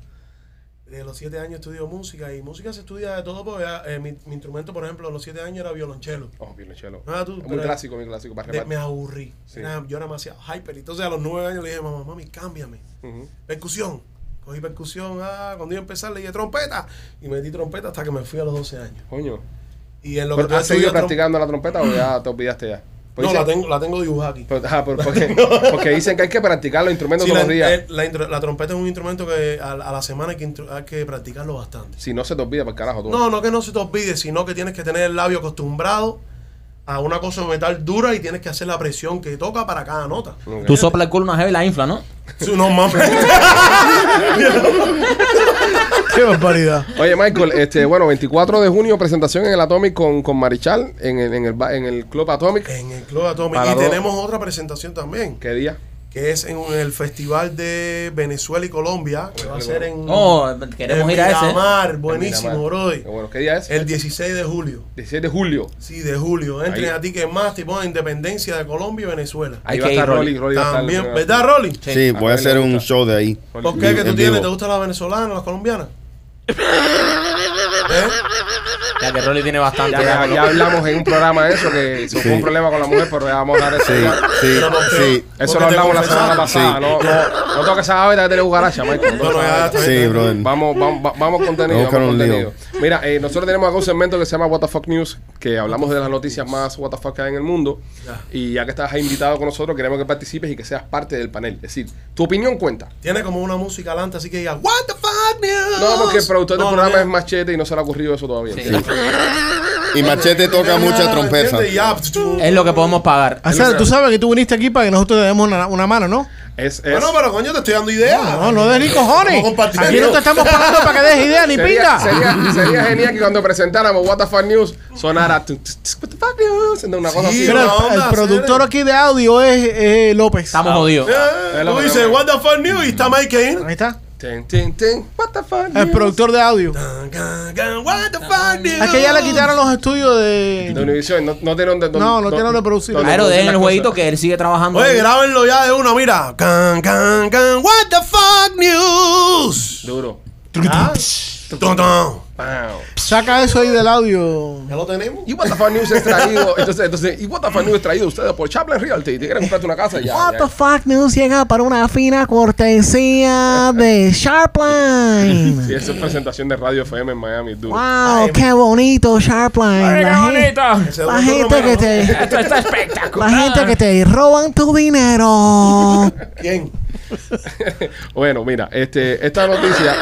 Desde los 7 años estudio música y música se estudia de todo. Porque, eh, mi, mi instrumento, por ejemplo, a los 7 años era violonchelo.
Oh, violonchelo.
Ah, tú,
muy
pero-
clásico, muy clásico. Para
De- me
repartir.
aburrí.
Sí.
Era- yo era demasiado hyper. Entonces a los 9 años le dije, mamá, mami, cámbiame.
Ujú.
Percusión. Cogí percusión. Ah, cuando iba a empezar le dije trompeta. Y metí trompeta hasta que me fui a los 12 años.
Coño.
Y en lo
Pero,
que tú
¿Has seguido
estudias trom-
practicando la trompeta o ya te olvidaste ya? Pues
No,
dicen-
la tengo, la tengo dibujada aquí.
Pero- ah, pero porque, porque dicen que hay que practicar los instrumentos
Sí,
todos
la,
los días.
eh, la intro- la trompeta es un instrumento que a, a la semana hay que, intro- hay que practicarlo bastante.
Si no se te olvida, para carajo. Tú.
No, no que no se te olvide, sino que tienes que tener el labio acostumbrado a una cosa de metal dura y tienes que hacer la presión que toca para cada nota.
Ok.
Tú soplas el culo una jeva y la infla, ¿no?
Sí, no mames.
Qué barbaridad.
Oye, Michael, este, bueno, 24 de junio, presentación en el Atomic con, con Marichal, en el, en, el, ba- en el Club Atomic.
En el Club Atomic.
Para
Y
dos.
tenemos otra presentación también,
¿Qué día?
que es en el Festival de Venezuela y Colombia, que va a ser
Mm.
en.
No, Oh, queremos
en
ir a ese.
Miramar. buenísimo, bro.
Qué bueno, ¿qué día es?
El 16 de julio.
16 de julio.
Sí, de julio. Entren
Ahí.
a Ticketmaster y ponen Independencia de Colombia y Venezuela.
Hay
Ahí va a
que
estar
ir,
Rolly. Rolly va a estar en
También,
el-
¿verdad, Rolly?
Sí.
Sí, voy a
A mí
hacer
me
un
gusta.
show de ahí.
Rolly.
¿Por qué que tú
en
tienes?
vivo.
¿Te gustan las venezolanas, las colombianas? ¿Eh?
Ya que Rolly tiene bastante.
Ya, ya-
ya,
ya hablamos en un programa de eso, que eso fue
Sí.
un problema con la mujer, pero ya vamos a hablar de eso.
Sí,
ya.
sí,
Pero ¿por qué?
sí.
Eso
Porque
lo
te
hablamos la semana
confesaron.
pasada. No, no, no toques esa ave de tener cucaracha, Michael. No toques
Bueno,
esa
ya
ave.
está.
Sí, brother.
Vamos, vamos, va- vamos con contenido.
Vamos con
vamos con
un
contenido. Mira, eh, nosotros tenemos acá un segmento que se llama What the Fuck News, que hablamos de las noticias más What the Fuck que hay en el mundo.
Ya.
Y ya que estás invitado con nosotros, queremos que participes y que seas parte del panel. Es decir, tu opinión cuenta.
Tiene como una música alante, así que diga, ¿What the fuck, news?
No, porque el productor
No,
del
no,
programa
no.
es Machete y no se le ha ocurrido eso todavía. ¿entiendes?
Y Machete toca mucha trompeta.
Eh, ¿Entiendes? Ya. pues,
Es lo que podemos pagar.
O sea, tú sabes que tú viniste aquí para que nosotros te demos una, una mano, ¿no?
Es, es-
Bueno, pero coño, te estoy dando ideas. Eh,
No, no des ni cojones.
Vamos compartiendo.
Aquí no te estamos pagando para que des ideas ni
sería,
pinga.
sería, sería genial que cuando presentáramos What the Fuck News sonara tu- tu- tu- What the Fuck News. Una cosa
Sí,
así.
Mira,
¿no?
el,
Una
el
onda,
productor
serio.
aquí de audio es eh, López.
Estamos jodidos.
Eh,
Es lo
tú
que
dices,
tengo.
what the fuck news? Y está Mike ahí.
Ahí está.
Tin, tin, tin. What the fuck?
El productor de audio.
Gan, gan, gan, What the fuck, dude?
Es que ya le quitaron los estudios
De
de.
Univision, no, no tiene donde.
No, no tiene donde producir.
donde
Claro,
producir
den el
las
jueguito
cosas.
que él sigue trabajando.
Oye,
ahí.
grábenlo ya de una, mira. Gan, gan, gan, what the fuck news.
Duro.
¿Ah? Dun, dun.
Wow.
Saca eso ahí del audio.
Ya lo tenemos.
Y What the Fuck News es traído. Entonces, entonces, y What the Fuck News es traído ustedes por Chaplin Realty. Te quieren comprarte una casa ya.
What
ya.
the fuck news llega para una fina cortesía de Sharpline.
Sí, eso es presentación de Radio FM en Miami, duro.
Wow, qué bonito Sharpline. La, gente,
Ese
la
otro
gente
número,
que
¿no?
te,
Esto está espectacular.
la gente que te roban tu dinero.
¿Quién?
Bueno, mira, este, esta noticia.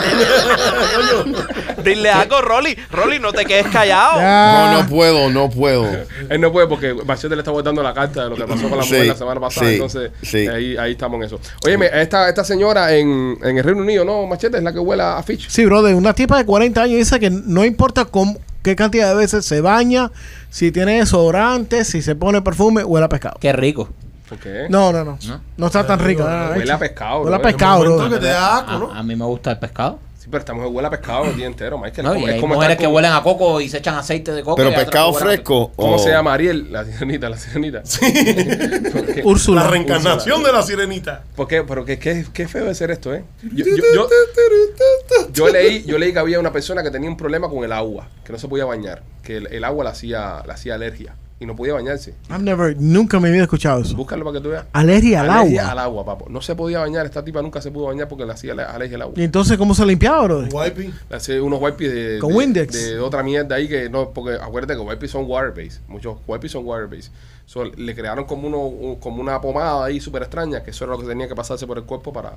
Dile algo, Rolly. Rolly, no te quedes callado.
No,
Ya.
no puedo, no puedo.
Él no puede porque Machete le está guardando la carta de lo que pasó con la mujer
Sí,
la semana pasada.
sí,
entonces,
sí.
ahí, ahí estamos en eso. Oye, esta, esta señora en, en el Reino Unido, ¿no, Machete? Es la que huela a Fitch.
Sí, brother. Una tipa de 40 años dice que no importa cómo, qué cantidad de veces se baña, si tiene desodorante, si se pone perfume, huele a pescado.
Qué rico.
¿Por qué?
No, no, no. No está tan rica. no, no,
Huele a
hecho.
pescado.
Huele a
brother.
pescado,
Momento
brother.
que te da asco, ¿no?
A, a mí me gusta el pescado.
Sí, pero estamos en huele a pescado el día entero, Michael.
No,
Es
y
como- es
hay
como
mujeres
estar
que
con-
huelen a coco y se echan aceite de coco.
Pero
y otras
pescado
que huelen a-
fresco. oh,
¿Cómo
o-
se llama Ariel? La sirenita, la sirenita. Sí. ¿Por qué?
Úrsula.
La reencarnación de la sirenita.
¿Por qué? Pero qué, qué, qué feo de ser esto, ¿eh? Yo, yo- yo- yo leí, yo leí que había una persona que tenía un problema con el agua, que no se podía bañar, que el, el agua la hacía, la hacía alergia y no podía bañarse.
I've never, nunca en mi vida he escuchado eso.
Búscalo para que tú veas.
Alergia al
Alergia
agua.
al agua, papo. No se podía bañar, esta tipa nunca se pudo bañar porque le hacía ale- alergia al agua.
¿Y entonces cómo se limpiaba, brother?
Wiping.
Le hacía unos wipes de,
Con
de-
Windex.
de otra mierda ahí que no, porque acuérdate que wipes son water based. Muchos wipes son water based. So, le crearon como uno, un- como una pomada ahí súper extraña, que eso era lo que tenía que pasarse por el cuerpo para,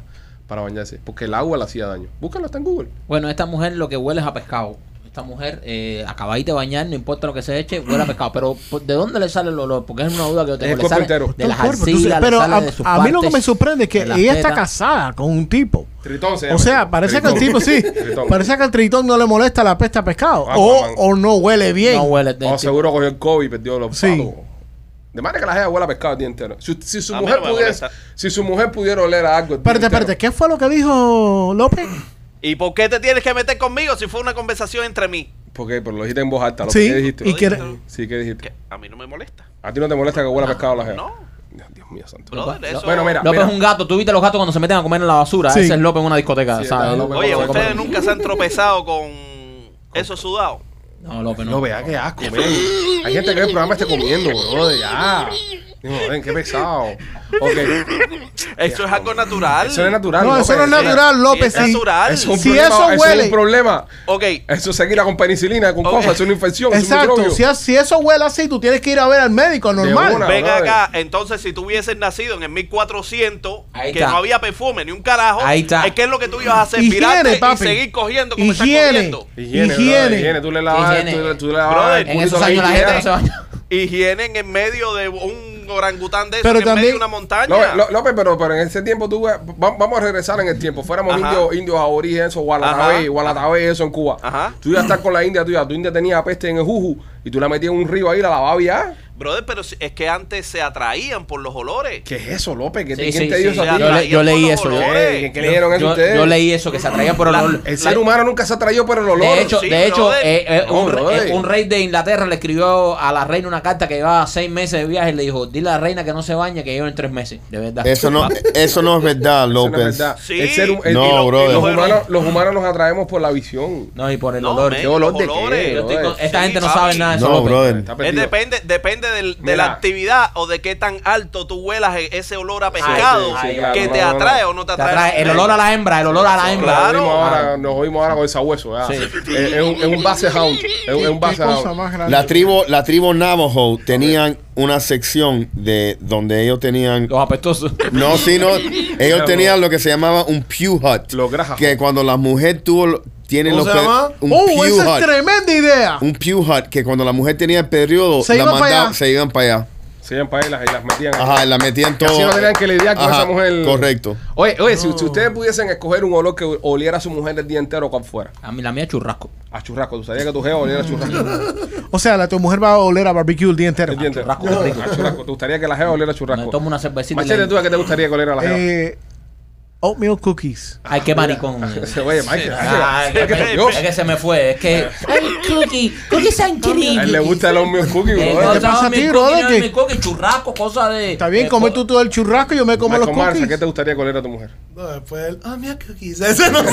para bañarse. Porque el agua le hacía daño. Búscalo, está en Google.
Bueno, esta mujer lo que huele es a pescado. Esta mujer, eh, acabáis de bañar, no importa lo que se eche, huele a pescado. Pero, ¿por- ¿de dónde le sale el olor? Porque es una duda que yo tengo.
el
Le
cuerpo
sale
entero.
De las
Todo el cuerpo,
arcillas,
entonces,
le
pero
sale
a,
de sus
a mí lo que
partes,
me sorprende es que
de
ella
las
está
tetas.
casada con un tipo.
Tritón se llama.
O sea, parece que el tipo
Tritón.
sí.
Tritón.
Parece que al tritón no le molesta la peste a pescado. O,
Aquaman.
o no huele bien.
No huele. de- este,
O Oh, seguro cogió el COVID y perdió los
Sí.
palos. De manera que la gente huele a pescado el día entero. Si, si su
A mí
mujer
no me
pudiera,
molesta.
si su mujer pudiera oler a algo. el día
Espérate,
entero.
espérate. ¿Qué fue lo que dijo López?
¿Y por qué te tienes que meter conmigo si fue una conversación entre mí?
Porque pero lo dijiste en voz alta. Lo
Sí.
que dijiste.
Y que era-
Sí, ¿qué dijiste?
Que a mí no me molesta.
¿A ti no te molesta que huela a pescado la gente?
No.
Dios mío, santo.
Brother, eso-
Bueno, mira.
López es un gato. Tú viste a los gatos cuando se meten a comer en la basura.
Sí.
Ese es López en una discoteca,
Sí,
¿sabes?
está López
Oye,
Vamos a
ustedes
comer.
nunca se han tropezado con eso sudado.
No, López no.
No vea qué asco, men. Hay gente que ve el programa y está comiendo, bro. Ya. Digo, ven, qué pesado. Ok.
Eso es algo natural.
Eso es natural.
No, eso no es
López.
natural, López.
es natural.
Eso es un
Si
problema,
eso
eso
huele-
es un problema.
Ok,
Eso se quita con penicilina, con
Ok.
cosas, es una infección. es un
Exacto.
microbio.
Si, si eso huele así, tú tienes que ir a ver al médico
una.
normal.
ven
brother.
acá. Entonces, si tú hubieses nacido en el 1400,
Ahí
que
está.
no había perfume ni un carajo, eh,
Ahí está.
¿qué es lo que tú ibas a hacer?
Higiene,
Virarte y
papi.
seguir cogiendo como estás
Higiene.
cogiendo.
Higiene,
Higiene.
higiene. higiene. Tú le lavas,
Higiene.
tú, le- tú le lavas.
Brother,
el
en
culito
esos
a la
años la gente
higiene.
no se baña.
Higiene en el medio de un orangután de eso,
Pero
en el medio
también-
de una
Ah,
montaña.
López, Ló- López, pero, pero en ese tiempo tú, eh, va- vamos a regresar en el tiempo. Fuéramos
Ajá.
indios, indios aborígenes o gualatabé,
Ajá.
gualatabé, eso en Cuba.
Ajá.
Tú ibas a estar con la India tuya. Tu India tenía peste en el juju y tú la metías en un río ahí, la lavabas y ya.
Brother, pero si- es que antes se atraían por los olores.
¿Qué es eso, López? ¿Qué,
Sí,
¿Quién
sí,
te
sí.
dio
Yo,
eso a ti?
la-
le- yo leí
Yo-
eso. Yo,
yo-
¿Qué, qué leyeron eso
yo-
ustedes?
yo leí eso, que se atraían por el olor.
El ser
La-
humano nunca se atrajo por el olor.
De hecho,
Sí,
de hecho
brother.
eh, eh,
No,
un, re-
brother.
eh, un rey de Inglaterra le escribió a la reina una carta que llevaba seis meses de viaje y le dijo, dile a la reina que no se bañe, que lleva en tres meses. De verdad.
Eso no, eso no es verdad,
Eso no es
López.
verdad.
Sí.
El ser hum- el-
No,
y lo- y
brother.
los, humanos, los humanos nos atraemos por la visión.
No, y por el
No,
olor.
men,
¿Qué olor de
los
qué,
olores.
Yo estoy
brother?
con- esta
Sí,
gente no
papi.
sabe nada de eso.
No,
López.
brother.
Está
Es
perdido.
depende depende del- de
Mira.
la actividad o de qué tan alto tú huelas e- ese olor a pescado
sí,
sí,
que
claro,
te
no, no,
atrae
no.
o no te
Te
atrae.
atrae el olor a la hembra, el olor a la hembra.
Claro.
Nos oímos ahora, nos oímos ahora con el sabueso. ¿verdad?
Ah. Sí.
Es, es un, es un base hound. Es, un- es un
Qué
base
cosa
hound.
más grande.
La tribu, la tribu Navajo tenían una sección de donde ellos tenían
Los apestosos.
no, sino ellos tenían lo que se llamaba un pew hut,
Los grajas.
que cuando la mujer tuvo tienen
¿Cómo
los
se
pe-
llama?
un
¡Oh,
pew
esa es
hut,
tremenda idea!
un pew hut que cuando la mujer tenía el periodo
Se
la
iban pa'
mandaba-
allá.
se iban para allá.
Se iban para ahí las, y las metían.
Ajá, la metían todo.
Así no tenían que lidiar con
Ajá,
esa mujer.
Correcto.
Oye, oye si, si ustedes pudiesen escoger un olor que oliera a su mujer el día entero, ¿cuál fuera?
A mí la mía churrasco.
A churrasco. ¿Tú sabías que tu jeva oliera a churrasco?
O sea, la tu mujer va a oler a barbecue el día entero.
El día entero.
churrasco, qué rico.
A churrasco. ¿Te gustaría que la jeva oliera a churrasco?
Me tomo una cervecita y
Machete,
la-
¿tú a qué te gustaría que oliera a la jeva?
Eh, oatmeal cookies.
Ay, qué maricón.
Oye, Michael.
Ay,
¿qué
que
te
me-
dio?
es que se me fue. Es que. Ay, cookie. Cookie Eh, san
A él le gusta el oatmeal cookie, bro.
¿Qué pasa a ti, brother? ¿Qué?
Churrasco, cosa de.
Está bien,
de
come
co-
tú todo el churrasco y yo me como
Michael
los
Mars,
cookies.
¿a ¿qué te gustaría coler a tu mujer?
No, después el, ah, mira, cookies. Ese no sé.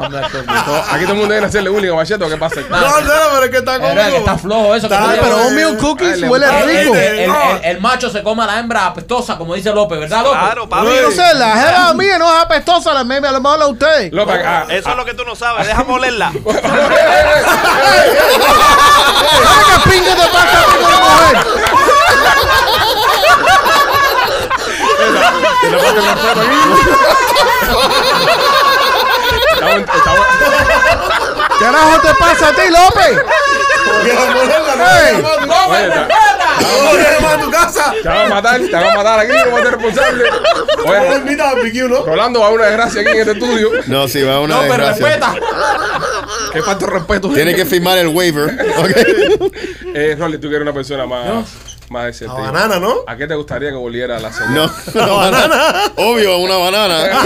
Hombre, cookie.
No, aquí todo el mundo viene a hacerle bullying a Machete, ¿o qué pasa?
No, no, pero es que está
Pero es que está
conmigo.
flojo eso. que
Ah,
tú
pero
digas.
hombre,
oatmeal cookies
Ay, le-
huele
Ay,
rico.
este-
el, el- el- el macho se come a la hembra apestosa, como dice López, ¿verdad, López?
Claro, papi.
Pero yo no sé, la jeva mía no es apestosa, la meme, a lo mejor la usted.
López, ah,
Eso es lo que tú no sabes. Déjame olerla.
¡Ah, qué pinche te pasa a ti con la mujer!
Te lo pongo en la foto aquí. Está buen- está buen-
¡Carajo te pasa a ti, López!
Porque la mujer la no va a llamar
Oye, está-
a tu- no va a llamar a tu casa.
Te van a matar, te van a matar aquí, no vas a ser responsable.
No
Oye,
invita a BBQ, ¿no?
Rolando va a una desgracia aquí en este estudio.
No, si va una
No, pero
desgracia.
respeta.
Qué falta de respeto.
Tiene que firmar el waiver. ok.
Eh, Rolly, tú que eres una persona más, más
La
decente.
banana, ¿no?
¿A qué te gustaría que volviera la señora?
No, una banana. Obvio, una banana.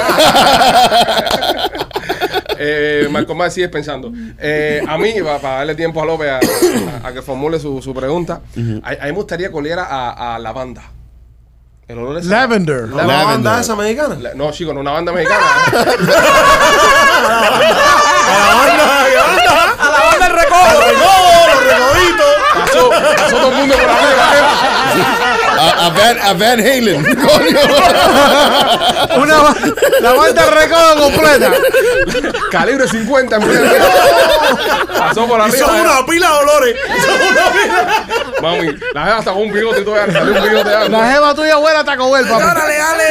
Eh, Marco Más sigues pensando. Eh, a mí, para, darle tiempo a López a, a- a que formule su, su pregunta, a, a mí me gustaría que oliera a, a lavanda. El olor es
Lavender.
La
Lavender.
banda esa mexicana.
La- No, chico, no una banda mexicana.
A la banda del recodo.
Pasó, pasó todo el mundo por la ¿eh?
A, a Van, a Van Halen. Coño.
Una, ba- la banda recodo completa.
mesa. Calibre 50. en pleno. pasó por
Y son
arriba. eh.
una pila de olores.
Mami, la jeva hasta con un bigote y todo. le salió un bigote. ya.
La jeva tuya huele Taco Bell, papi.
Dale, dale.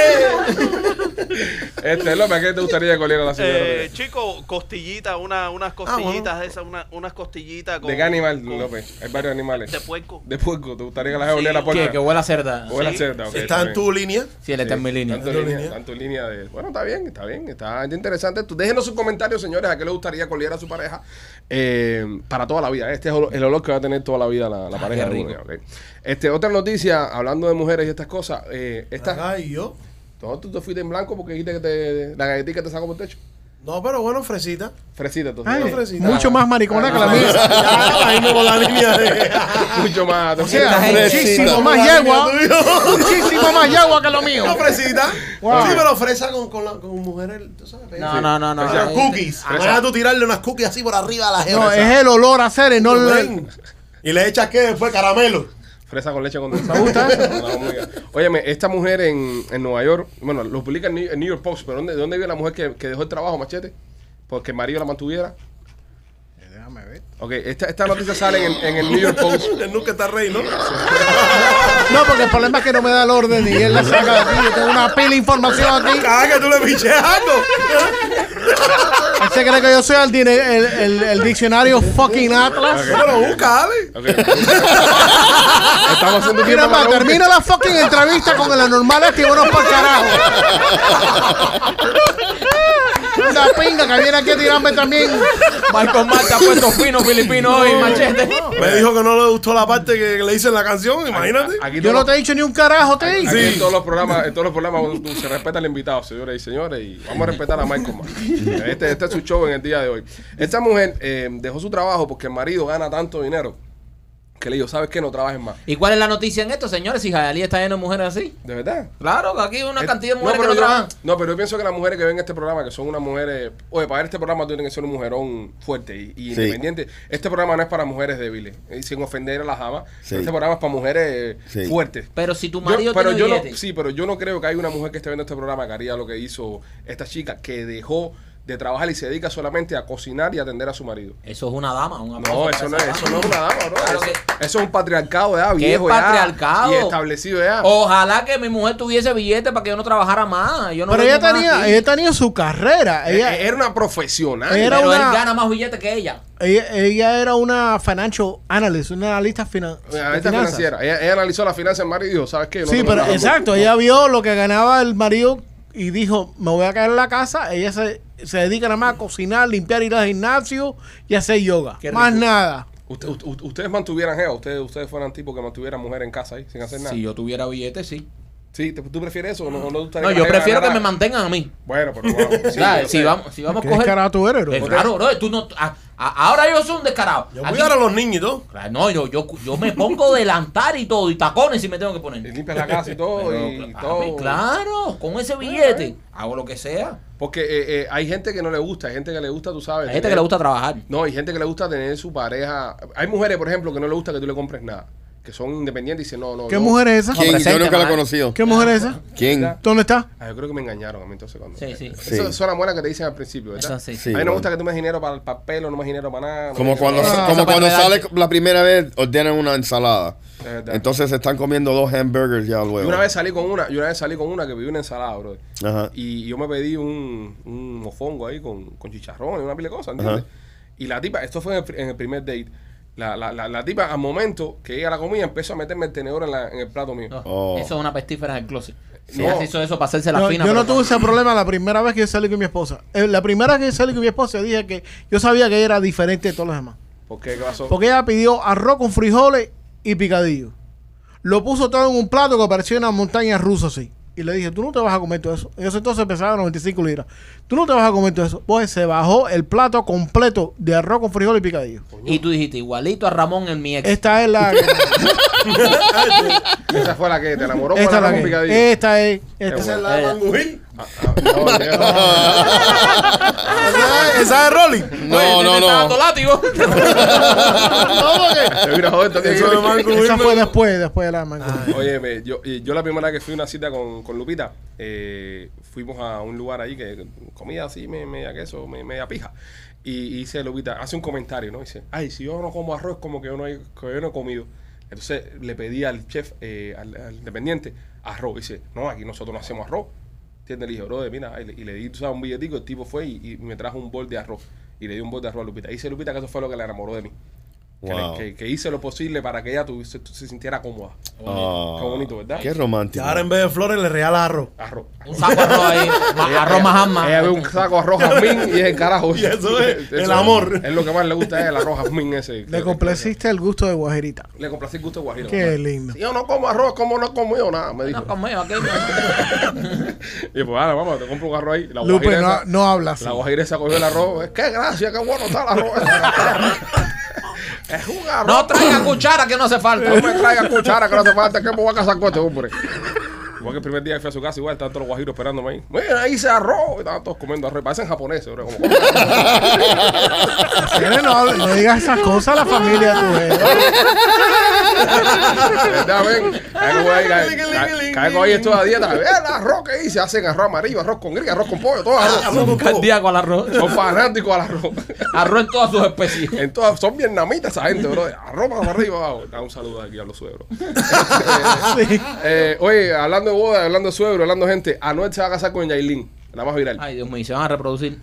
Este, López, ¿a qué te gustaría que oliera la señora?
Eh, chico, costillita, una, unas costillitas de esas, una- unas costillitas con.
¿De qué animal,
con-
López? Hay varios animales.
De puerco.
De puerco. ¿Te gustaría que la jeva
Sí,
oliera a
Que, que
puerco?
huele a cerda.
Huele a
sí.
cerda, ok,
Está en
bien.
tu línea.
Sí, él está en mi línea.
Tanto
En tu
línea,
línea.
tanto línea de... Bueno, está bien, está bien, está interesante. Tú, déjenos sus comentarios, señores, a qué le gustaría que oliera a su pareja eh, para toda la vida. Este es olo- el olor que va a tener toda la vida la, la pareja.
qué
de uno,
rico.
ok. este, otra noticia, hablando de mujeres y estas cosas. Eh, esta,
Ajá, y yo.
¿Tú tú te fuiste en blanco porque dijiste que te, la galletita te sacó por el techo?
No, pero bueno, fresita.
Fresita, entonces.
Ay,
¿no?
fresita.
mucho más maricona que la mía.
Ya, ahí no con la línea de.
Mucho más.
O sea, muchísimo más
La línea
yegua.
tuya.
Muchísimo más yegua que lo mío.
No, fresita.
Wow.
Sí, pero fresa con, con, la, con mujeres, tú sabes.
No, no, no, no.
Fresa.
Eh,
Cookies.
Fresa.
Ahora tú tirarle unas cookies así por arriba a la gente.
No, es el olor a cere, no el...
Y le echas qué después caramelo.
Fresa con leche condensada. ¿Te gusta? Óyeme, esta mujer en, en Nueva York, bueno, lo publica en New, en New York Post, pero ¿dónde, dónde vive la mujer que, que dejó el trabajo, machete? Porque el marido la mantuviera.
Eh, Déjame ver.
Ok, esta, esta noticia sale en, en el New York Post.
Él nunca está rey, ¿no?
No, porque el problema es que no me da el orden y él la saca de aquí. Yo tengo una pila de información aquí.
Cada que tú le piches algo.
Él se cree que yo soy el, dire- el, el- el diccionario fucking Atlas.
Pero busca, dale.
Ok. Estamos haciendo
Mira,
tiempo
pa,
para que
termina la fucking entrevista con el anormal este y uno para carajo. Una pinga que viene aquí a tirarme también.
Michael Marta ha puesto fino filipino hoy, machete.
Me dijo que no le gustó la parte que le hice en la canción, imagínate.
busquen. Aquí
Yo
todos
no
los-
te he dicho ni un carajo, te
aquí
dije.
en todos los programas, en todos los programas tú- se respeta al invitado, señores y señores, y vamos a respetar a Michael Mann. Este, este es su show en el día de hoy. Esta mujer eh, dejó su trabajo porque el marido gana tanto dinero que le dijo, ¿sabes qué? No trabajes más.
¿Y cuál es la noticia en esto, señores? Si Jayalía está lleno de mujeres así.
¿De verdad?
Claro, que aquí hay una
Eh,
cantidad de mujeres que no
yo,
trabajan.
no, pero yo pienso que las mujeres que ven este programa, que son unas mujeres. Oye, para ver este programa tú tienes que ser un mujerón fuerte y, y
Sí.
independiente. Este programa no es para mujeres débiles, eh, sin ofender a las damas.
Sí.
Este programa es para mujeres eh,
Sí.
fuertes.
Pero si tu
Yo-
marido
pero
tiene
yo no,
billete.
sí, pero yo no creo que haya una mujer que esté viendo este programa que haría lo que hizo esta chica, que dejó de trabajar y se dedica solamente a cocinar y atender a su marido.
Eso es una dama, un aplauso
No,
para
eso
esa
no, es,
dama.
eso no es una dama, bro.
Claro
eso,
que-
eso es un patriarcado ya,
¿Qué
viejo ya,
patriarcado? Oh,
Y establecido ya.
Ojalá que mi mujer tuviese billete para que yo no trabajara más. Yo no
Pero ella
vengo más
tenía,
aquí.
ella tenía su carrera.
Eh,
Ella,
eh, era una profesional.
Era
Pero
una-
él gana más billete que ella.
ella, ella era una financial analyst, una analista finan-
Una
de
analista
finanzas.
financiera. Ella, ella analizó la finanza del marido y dijo, ¿sabes qué? No
Sí,
tengo
pero
trabajo".
exacto. Ella vio lo que ganaba el marido y dijo, me voy a caer en la casa. Ella se, se dedica nada más a cocinar, limpiar, ir al gimnasio y hacer yoga.
Qué
Más
rico.
nada.
Usted- u- u- ustedes mantuvieran jeva, ustedes, ustedes fueran tipo que mantuvieran mujer en casa ahí sin hacer nada.
Si yo tuviera billete, sí.
Sí, ¿te- ¿tú prefieres eso o no? o te gustaría
No, yo
la
prefiero que
ganara?
me mantengan a mí.
Bueno, pero wow, sí,
¿Sabes?
yo
si,
sé.
vamos, si vamos a
¿Qué
coger.
descarado tú eres, bro?
Eh, claro, bro. Tú no, a- a- ahora yo soy un descarado.
Yo
A
voy
ti-
a dar a los niños y todo.
Claro, No, yo, yo, yo me pongo delantal y todo, y tacones si me tengo que
Y
poner.
limpias la casa y todo,
Pero,
y
papi,
todo.
Claro, con ese
eh.
billete hago lo que sea.
Porque eh, eh, hay gente que no le gusta, hay gente que le gusta, tú sabes.
Hay gente que
tener-
le gusta trabajar.
No, hay gente que le gusta tener su pareja. Hay mujeres, por ejemplo, que no le gusta que tú le compres nada. Que son independientes y dicen, no, no.
¿Qué
no.
mujer es esa?
¿Quién? Yo
preséntame,
nunca la he
ah.
conocido.
¿Qué mujer es esa?
¿Quién?
¿Dónde está?
Ah, yo creo que me engañaron a mí entonces cuando.
Sí, sí.
Sí.
Esas son las buenas que te dicen al principio, ¿verdad?
Eso sí.
Sí.
a mí no
bueno.
me gusta que tú me des dinero para el papel, no más dinero para nada. no
Como
me des
cuando,
dinero
Ah,
como
esa
cuando
parte
sale
de
la primera vez, ordenan una ensalada.
para- De verdad.
Entonces se están comiendo dos hamburgers ya
Y
luego.
una vez salí con una, y una vez salí con una que pidió una ensalada, bro.
Ajá.
Y yo me pedí un, un mofongo ahí con, con chicharrón y una pila de cosas, ¿entiendes?
Ajá.
Y la tipa, esto fue en el, pr- en el primer date. La, la, la, la tipa, al momento que ella la comía, empezó a meterme el tenedor en, la- en el plato mío.
No,
Oh.
Eso es una pestífera en el closet.
No.
Ella se hizo eso para hacerse la
No,
fina.
yo no
pero-
tuve ese problema la primera vez que yo salí con mi esposa. Eh, La primera vez que yo salí con mi esposa dije que yo sabía que ella era diferente de todos los demás.
¿Por qué? ¿Qué pasó?
Porque ella pidió arroz con frijoles y picadillo. Lo puso todo en un plato que parecía una montaña rusa así. Y le dije, tú no te vas a comer todo eso. En ese entonces pesaba 95 libras. Tú no te vas a comer todo eso. Pues se bajó el plato completo de arroz con frijoles y picadillo.
Y tú dijiste, igualito a Ramón en mi ex.
Esta es la...
Esa fue la que te enamoró
esta es
con la
la
con picadillo.
que... Esta es...
Qué
Esta
Esa
es
es
bueno.
la
Eh.
Mangujil.
Ah, ah, no, tío, no.
Esa es- esa es Rolling.
No,
Oye, te-
no,
este te
no.
está dando látigo.
Te vino a joder, te
Eso
vino-
de Mangujil.
esa fue después, después de la mango.
Ah,
Oye, me- yo, y yo la primera vez que fui a una cita con, con Lupita, eh, fuimos a un lugar ahí que comía así, me- media queso, me- media pija. Y dice Lupita, hace un comentario, ¿no? Dice, ay, si yo no como arroz, como que yo no he, que yo no he comido. Entonces le pedí al chef, eh, al, al dependiente, arroz. Dice, no, aquí nosotros no hacemos arroz. ¿Entiendes? Le dije, bro, mira, y le, y le di tú sabes, un billetico, el tipo fue y, y me trajo un bol de arroz. Y le di un bol de arroz a Lupita. Y dice Lupita que eso fue lo que la enamoró de mí. Que le-
Wow.
Que, que hice lo posible para que ella tuviese- se sintiera cómomoda.
Ah,
Qué bonito, ¿verdad?
Qué
Y
romántico.
ahora en vez de flores le regala arroz.
Arroz.
Un saco de arroz ahí. ma-
eh,
Arroz más ama.
Ella ve un saco arroz jazmín y es el carajo.
Y eso es
Eso
el amor.
Es, lo que más le gusta es el arroz jazmín ese.
Le complaciste el gusto de guajerita.
Le complací el gusto de guajiro.
Qué lindo.
Si yo no como arroz, como no como yo nada, me dijo.
No, conmigo, aquí no.
Y pues, ahora, vamos, te compro un arroz ahí. La
Lupe
guajira
no,
esa-
no habla así.
La guajira esa cogió el arroz. Es que gracias, qué bueno está el arroz. es un arroz.
No traiga cuchara que no hace falta.
Eh,
No me traiga cuchara que no hace falta, que me voy a casar con este hombre. Igual que el primer día que fui a su casa, igual estaban todos los guajiros esperándome ahí. Mira, hice arroz. Y estaban todos comiendo arroz. Parecen japoneses, bro. Como,
Señores, no, hable- no digas esas cosas a la familia tu eh.
¿Verdad, ven? Cae con ahí, cae- cae- cae con ahí esto a dieta. Ve el arroz que hice. Hacen arroz amarillo, arroz con gris, arroz con pollo, todo arroz.
Un cardíaco al arroz.
Son fanáticos al arroz.
Arroz en todas sus especies.
En todas- son vietnamitas esa gente, bro. Arroz para arriba, abajo. Da un saludo aquí a los suegros. Eh, oye, hablando de boda, hablando de suegro, hablando de gente, Anuel se va a casar con Yailin, la más viral.
Ay, Dios mío, y se van a reproducir.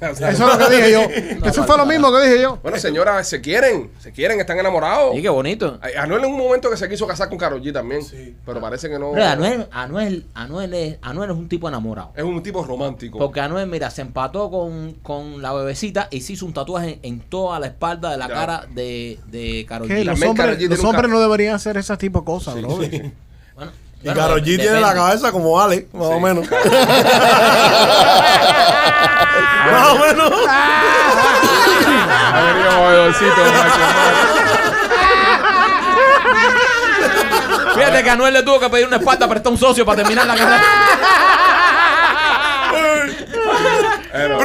Eso es lo que dije yo. Eso fue lo mismo que dije yo.
Bueno, señora, se quieren, se quieren, están enamorados.
Y qué bonito.
Ay, Anuel en un momento que se quiso casar con Karol G también, pero parece que no.
Pero Anuel, Anuel, Anuel, es, Anuel es un tipo enamorado.
Es un tipo romántico.
Porque Anuel, mira, se empató con, con la bebecita y se hizo un tatuaje en, en toda la espalda de la
Ya.
cara de, de Karol
Que
G.
los
también Karol G
hombres,
tiene
los
un
hombres
carro.
no deberían hacer ese tipo de cosas, bro.
Bueno,
Y
bueno,
Karol G
de-
tiene la
depende.
cabeza como Ale, más o menos.
Ah,
más o menos.
ha venido jodedorcito, macho.
Fíjate que Anuel le tuvo que pedir una espalda para estar un socio para terminar la carrera.
Pero,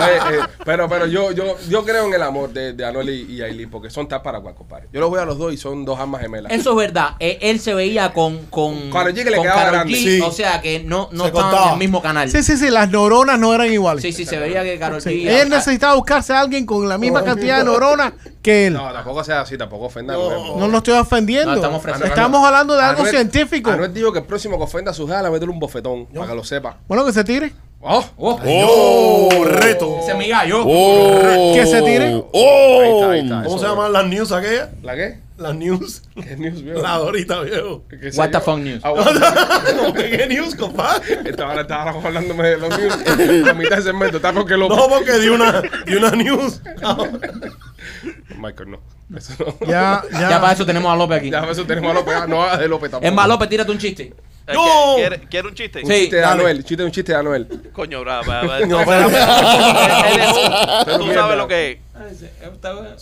Oye, eh, pero, pero yo, yo, yo creo en el amor de, de Anuel y, y Yailin, porque son tal para cual, compadre. Yo los veo a los dos y son dos armas gemelas.
Eso es verdad. Eh, él se veía con. Con
Karol G que le
con
quedaba
Karol
grande.
G,
Sí.
O sea que no, no
Se
estaban
cortaba.
en el mismo canal.
Sí,
Sí, sí,
sí, sí, las neuronas no eran iguales.
se veía que Karol
Sí.
G.
Él necesitaba buscarse a alguien con la
Oh.
misma cantidad de neuronas que él.
No, tampoco sea así, tampoco ofenda.
No.
No lo estoy ofendiendo.
No, estamos
estamos,
ofreciendo.
hablando de algo científico.
Anuel dijo que el próximo que ofenda a su hija le va a meter un bofetón, para que lo sepa.
Bueno, que se tire.
¡Oh!
Oh,
¡Oh!
reto.
Ese es mi gallo.
¡Oh!
¿Que se tire?
¡Oh!
Ahí está, ahí está.
¿Cómo
Eso,
se
bro.
llaman las news aquellas?
¿La qué?
Las news.
¿Qué news, viejo?
La dorita, viejo.
¿Qué sé
What the
yo?
fuck news?
Ah, bueno.
¿Qué news, compadre?
Estaba, estaba hablándome de los news. A mitad de segmento. Está porque lo...
No, porque di una, di una news.
Michael, no. Eso no.
Ya, ya.
Ya para eso tenemos a López aquí.
Ya, eso tenemos a López. Ah, No hagas de López tampoco.
Es más, López, tírate un chiste.
Eh,
¡No!
¿quiere- ¿Quiere, quiere un chiste?
Un
Sí,
chiste de
dale.
Anuel. Chiste, un chiste de Anuel.
Coño, bravo. bravo, bravo.
No, espérate.
Él es un-
Pero
Tú
mierda.
sabes lo que es.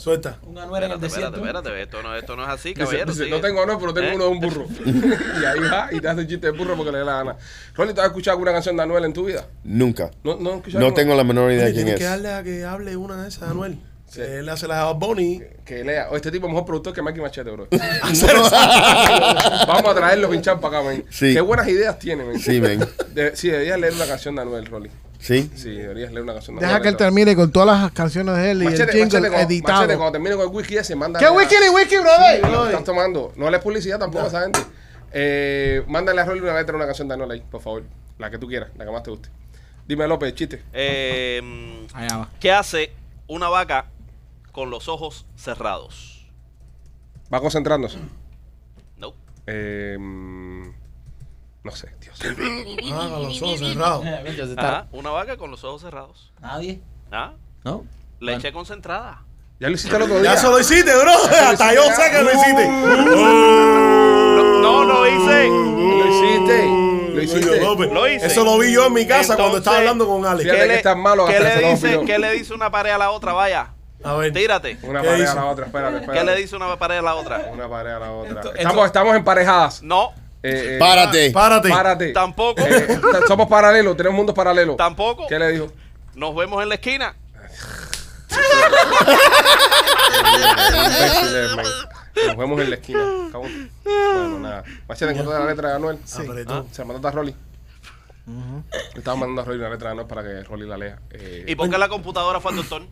Suelta.
Un
Espérate, espérate, espérate. Esto no, esto no es así,
Dice,
caballero.
dice,
sí.
no tengo Anuel, pero tengo
¿Eh?
uno de un burro. y ahí va y te hace el chiste de burro porque le da la gana. Rolly, ¿tú has escuchado alguna canción de Anuel en tu vida?
Nunca.
No, no, has escuchado
No
alguna?
tengo la menor idea de
Oye,
quién
tienes que
es.
darle a que hable una de esas, Anuel. Que él hace la de Bad Bunny.
Que lea. O este tipo es mejor productor que Mikey Machete, bro. Vamos a traerlo pinchar para acá, man.
Sí.
Qué buenas ideas tiene, man.
Sí, men.
De- sí, deberías leer una canción de Anuel, Rolly.
Sí.
Sí, deberías leer una canción de
Deja
Anuel.
que él termine con todas las canciones de él y
Machete,
el jingle
machete, cuando,
editado.
machete, cuando termine con el whisky ese, manda.
¿Qué whisky ni whisky, brother?
No, están tomando. No le es publicidad tampoco a esa gente. Eh, mándale a Rolly una letra, una canción de Anuel ahí, por favor. La que tú quieras, la que más te guste. Dime, López, chiste.
Eh, mm,
Allá va.
¿Qué hace una vaca con los ojos cerrados?
Va concentrándose.
No.
Eh, no sé, Dios.
Ah, con los ojos cerrados.
Ajá, una vaca con los ojos cerrados.
Nadie.
¿Ah?
¿No?
Leche concentrada.
Ya lo hiciste el otro día.
Ya se lo hiciste, bro. Hasta yo sé que lo hiciste.
No, lo hice.
Lo hiciste. Lo hiciste.
Coño, López,
Lo hice.
Eso lo vi yo en mi casa
Entonces-
cuando estaba hablando con Alex.
Fíjate que estás malo,
¿qué,
Gastón, se
le
nos
dice,
olvidó.
¿Qué le dice una pared a la otra? Vaya,
A ver.
tírate.
Una
¿Qué
pareja a la
hizo?
otra, espérate, espérate.
¿Qué le dice una pared a la otra?
Una pareja a la otra.
Esto-
estamos,
esto-
estamos emparejadas.
No,
Eh, eh,
Párate.
Párate.
Párate.
tampoco.
Eh, t- somos paralelos, tenemos mundos paralelos.
Tampoco.
¿Qué le dijo?
Nos vemos en la esquina.
Nos vemos en la esquina. cabrón. Bueno, nada. Machete, encontró la letra de Anuel.
Ah, pero tú.
Ah, Se la mandaste a Rolly. Le estaba mandando a Rolly una letra de Anuel para que Rolly la lea. Eh,
¿Y por qué la computadora fue al doctor?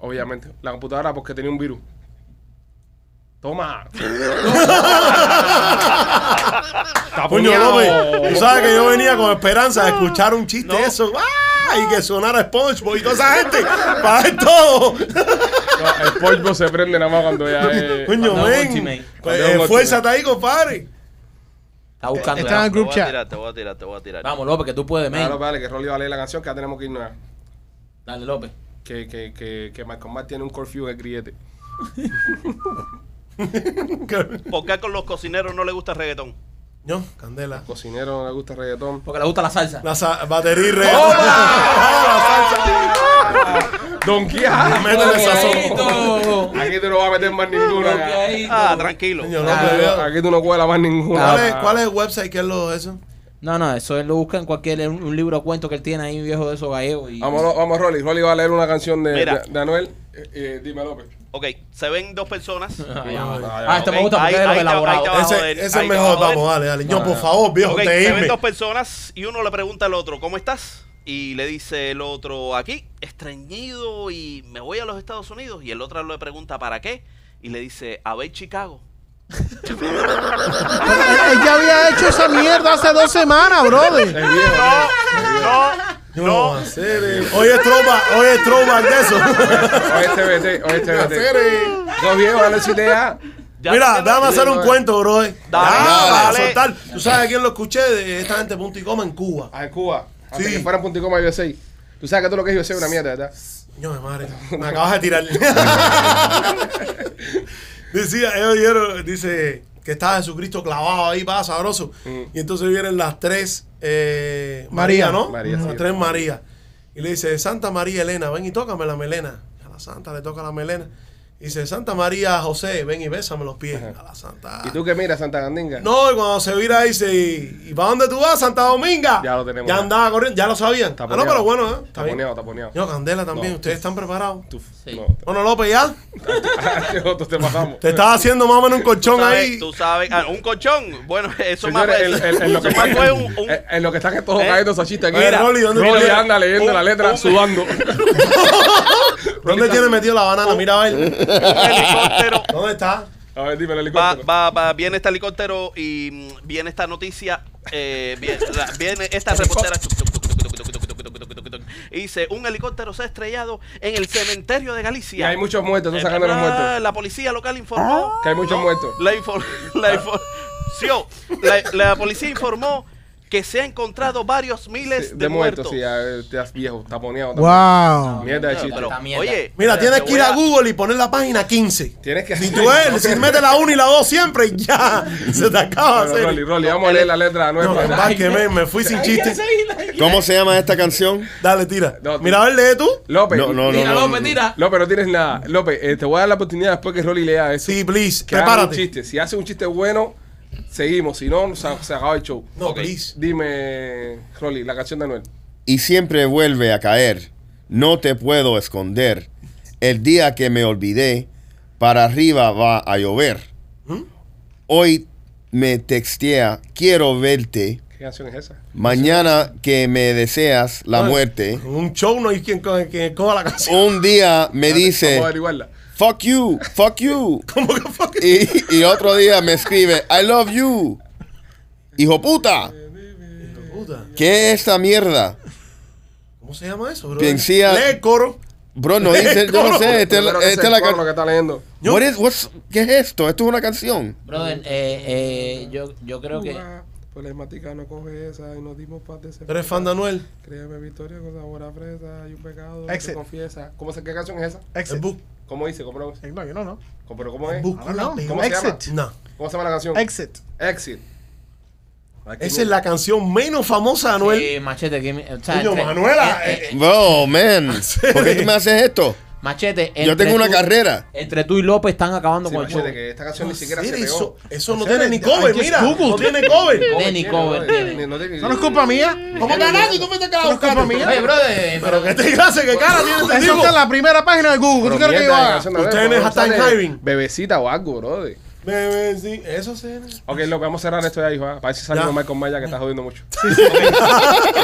Obviamente. La computadora porque tenía un virus. Toma.
Coño,
puñado.
López, tú sabes que yo venía con esperanza de escuchar un chiste de eso. ¡Ah! Y que sonara SpongeBob y toda esa gente. Para ver todo.
No, el polvo se prende nada más cuando ya es.
Coño,
Cuando hago un
ven.
ultimate.
Pues,
Cuando hago un
Esfuérzate ahí, compadre.
Está buscando.
Está en
ya.
el Ah, group
te voy a
chat.
tirar, te voy a tirar, te voy a tirar.
Vamos, López, que tú puedes, men.
Claro, vale, que Rolly va a leer la canción que ya tenemos que irnos. ya.
Dale, López.
Que, que, que, que Michael Matt tiene un curfew de grillete.
¿Por qué con los cocineros no le gusta el reggaetón?
No, Candela.
Cocinero, no le gusta el reggaetón.
Porque le gusta la salsa.
La sa- batería y Ah, reggaetón. ¡Hola!
Don Quijote.
Métele sazón.
Cuidadito.
Aquí tú no vas a meter más ninguna.
Cuidadito.
Ah, tranquilo.
Coño,
Ah,
López, veo.
Aquí tú no cuelas más ninguna.
¿Cuál es, ¿Cuál es el website? ¿Qué es lo eso?
No, no, eso él lo busca en cualquier un, un libro o cuento que él tiene ahí, un viejo de esos gallegos. Y...
Vamos, vamos, Rolly. Rolly va a leer una canción de,
Mira.
de, de Anuel. Eh, eh, dime, López.
Ok, se ven dos personas.
Ah, ya va.
Ah, ya va.
Ah, este
Ok,
me gusta porque es
ahí-
de los
ahí te-
elaborados.
ahí te va.
ese
joder,
ese es
ahí te
mejor.
va a joder.
Vamos, dale, dale. Yo, por favor, viejo,
Ok,
te
se ven
irme.
dos personas y uno le pregunta al otro, ¿cómo estás? Y le dice el otro, aquí, extrañido y me voy a los Estados Unidos. Y el otro le pregunta, ¿para qué? Y le dice, a ver Chicago.
Él ya había hecho esa mierda hace dos semanas, brother.
El viejo.
No, hacer- eh. Hoy es trova, hoy es trova de eso.
Oye, este vete, oye, este vete.
Hacer-
Dos viejos a la idea.
Ya
Mira,
entiendo.
dame a hacer un
Dale.
cuento, bro. Dale,
Dale.
Vas a soltar. Tú sabes a quién lo escuché de esta gente punto y coma en Cuba.
A Cuba. Antes
Sí.
que fueran punto y coma USA. Tú sabes que todo lo que es USA es una mierda, ¿verdad?
Coño de madre, me acabas de tirar. Decía, ellos dijeron, dice que estaba Jesucristo clavado ahí, va, sabroso. Y entonces vienen las tres eh, María,
María.
¿no?
María,
las
sí.
tres María. Y le dice, Santa María Elena, ven y tócame la melena. A la Santa le toca la melena. Y dice, Santa María José, ven y bésame los pies. A la Santa.
¿Y tú qué miras, Santa Gandinga?
No, y cuando se vira dice, ¿y para dónde tú vas, Santa Dominga?
Ya lo tenemos.
Ya andaba corriendo, ya lo sabían. Ah, no,
poneado.
pero bueno, ¿eh? Está bien.
Taponeado, taponeado.
Yo, Candela también,
No.
ustedes están preparados.
Tú,
Sí.
no.
Bueno, López, ya.
Nosotros te pasamos.
Te estás haciendo más o menos un
Tú
colchón
sabes,
ahí.
tú sabes, ah, un colchón. Bueno, eso más
Señores, en, en- en lo que
eso más
están,
fue un- un-
en- en lo que están estos
¿Eh?
cayendo esos chistes aquí.
Oye, Rolly, ¿dónde
Rolly
tiene-
anda leyendo
un-
la letra
un-
sudando.
¿Dónde tiene metido la banana? Mira, a ver.
un
eh,
helicóptero.
¿Dónde está?
A ver, dime el
Va,
helicóptero.
va, va, viene este helicóptero y mm, viene esta noticia, eh, viene, la- viene esta reportera. Y dice, un helicóptero se ha estrellado en el cementerio de Galicia.
Y hay muchos muertos, están sacando los
Ah,
muertos. Ah,
La policía local informó.
Que hay muchos muertos.
La, infor- la, infor- Sí, oh, la- la policía informó que se ha encontrado varios miles
Sí,
de, muertos.
sí, ya eh, te has viejo, taponeado. también.
Wow.
Mierda de
No,
chiste.
pero- Tanta mierda.
Oye,
Mira, tienes
te
que ir
voy
a Google y poner la página 15.
Tienes que
Si tú eres, si metes la 1 y la 2 siempre, ya. Se te acaba
Bueno,
de
Rolly,
hacer.
Rolly, vamos a leer la letra
No,
nueva.
embárqueme, me fui sin chiste.
¿Cómo se llama esta canción?
Dale, tira.
No,
Mira, a ver, lee tú.
López.
No, no, no.
Mira,
no,
López, tira.
López, no tienes nada. López, eh, te voy a dar la oportunidad después que Rolly lea eso.
Sí, please,
que haga un
prepárate.
chiste. Si hace un chiste bueno, seguimos. Si no, se, se acaba el show.
No, please.
Dime, Rolly, la canción de Anuel.
Y siempre vuelve a caer. No te puedo esconder. El día que me olvidé, para arriba va a llover.
¿Mm?
Hoy me textea, quiero verte.
¿Qué canción es esa?
Mañana que me deseas la muerte.
En un show no hay quien, co- quien coja la canción.
Un día me dice,
Vamos a averiguarla.
fuck you, fuck you. Y, y otro día me escribe, I love you. Hijo puta,
Puta,
¿qué es esta mierda?
¿Cómo se llama eso, bro?
Pensía-
Lee el coro.
Bro, no dice, yo no sé, esta es este la-
Pero que
esta
ese
es la
coro
can-
que está leyendo.
What is- what's- ¿Qué es esto? ¿Esto es una canción?
Brother, eh, eh, yo, yo creo que.
Problemática no coge esa y nos dimos paz de
Tú eres fan de Anuel.
Créeme victoria con sabor a fresa y un pecado
Exit.
que confiesa. ¿Cómo se, ¿Qué canción es esa?
El
Exit.
book.
¿Cómo dice? ¿Cómo, lo-
Eh, No, yo no, no.
cómo- pero cómo es?
Book.
Ahora no.
¿Cómo se llama?
Exit.
No.
¿Cómo se llama la canción?
Exit.
Exit. Aquí
Esa es
no-
la canción menos famosa de Anuel.
Sí, eh, machete, que, o sea,
Coño,
entre-
Manuela,
eh,
eh,
eh,
Bro, man, ¿por qué tú me haces esto?
machete,
Yo
entre
tengo una
tú-
carrera.
Entre tú y López están acabando
Sí,
con el
machete,
show.
que esta canción ni siquiera se
Mira,
pegó.
eso, eso no
Hacer-
tiene ni
hay
cover,
que
mira.
Google.
No tiene cover.
Tiene
tiene,
cover,
no,
tiene.
tiene, no tiene-
Eso no es culpa mía.
¿Cómo carajo? ¿Y ¿Cómo te
Eso no es culpa mía.
Oye, brother,
Pero qué te clase, qué cara tiene este
Eso
tipo.
está en la primera página de Google.
Pero
¿Tú quieres que yo
mierda de
haga?
canción de Anuel,
Ustedes
¿cómo
no están
sale
hiring.
Bebecita o algo, brother.
Bebé, sí, eso se.
Ok, lo vamos a cerrar esto ya, hijo. ¿ah? Para ver si salimos
Ya.
Michael Myers, ya que está jodiendo mucho.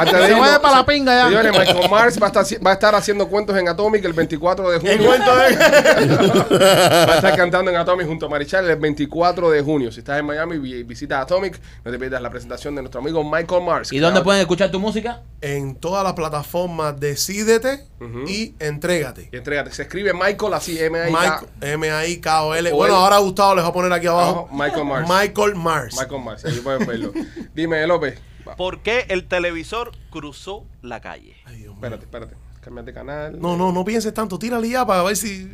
Que se vaya para la pinga ya.
Señores, Michael Myers va a, estar, va a estar haciendo cuentos en Atomic el 24 de
El
junio.
cuento de.
Va a estar cantando en Atomic junto a Marichal el 24 de junio. Si estás en Miami, vi- visita Atomic. No te pierdas la presentación de nuestro amigo Michael Myers.
¿Y dónde pueden escuchar tu música?
En todas las plataformas, decídete y entrégate.
Y entrégate. Se escribe Michael así, m i
Michael, M-A-I-K-O-L.
O
Bueno,
L.
ahora Gustavo les va a poner aquí abajo.
Abajo, Michael Mars.
Michael Mars.
Michael Myers. Ahí pueden verlo. Dime, López. Va,
¿Por qué el televisor cruzó la calle?
Ay, Dios mío.
Espérate, espérate. Cámbiate de canal.
No, no, no pienses tanto. Tírale ya para ver si.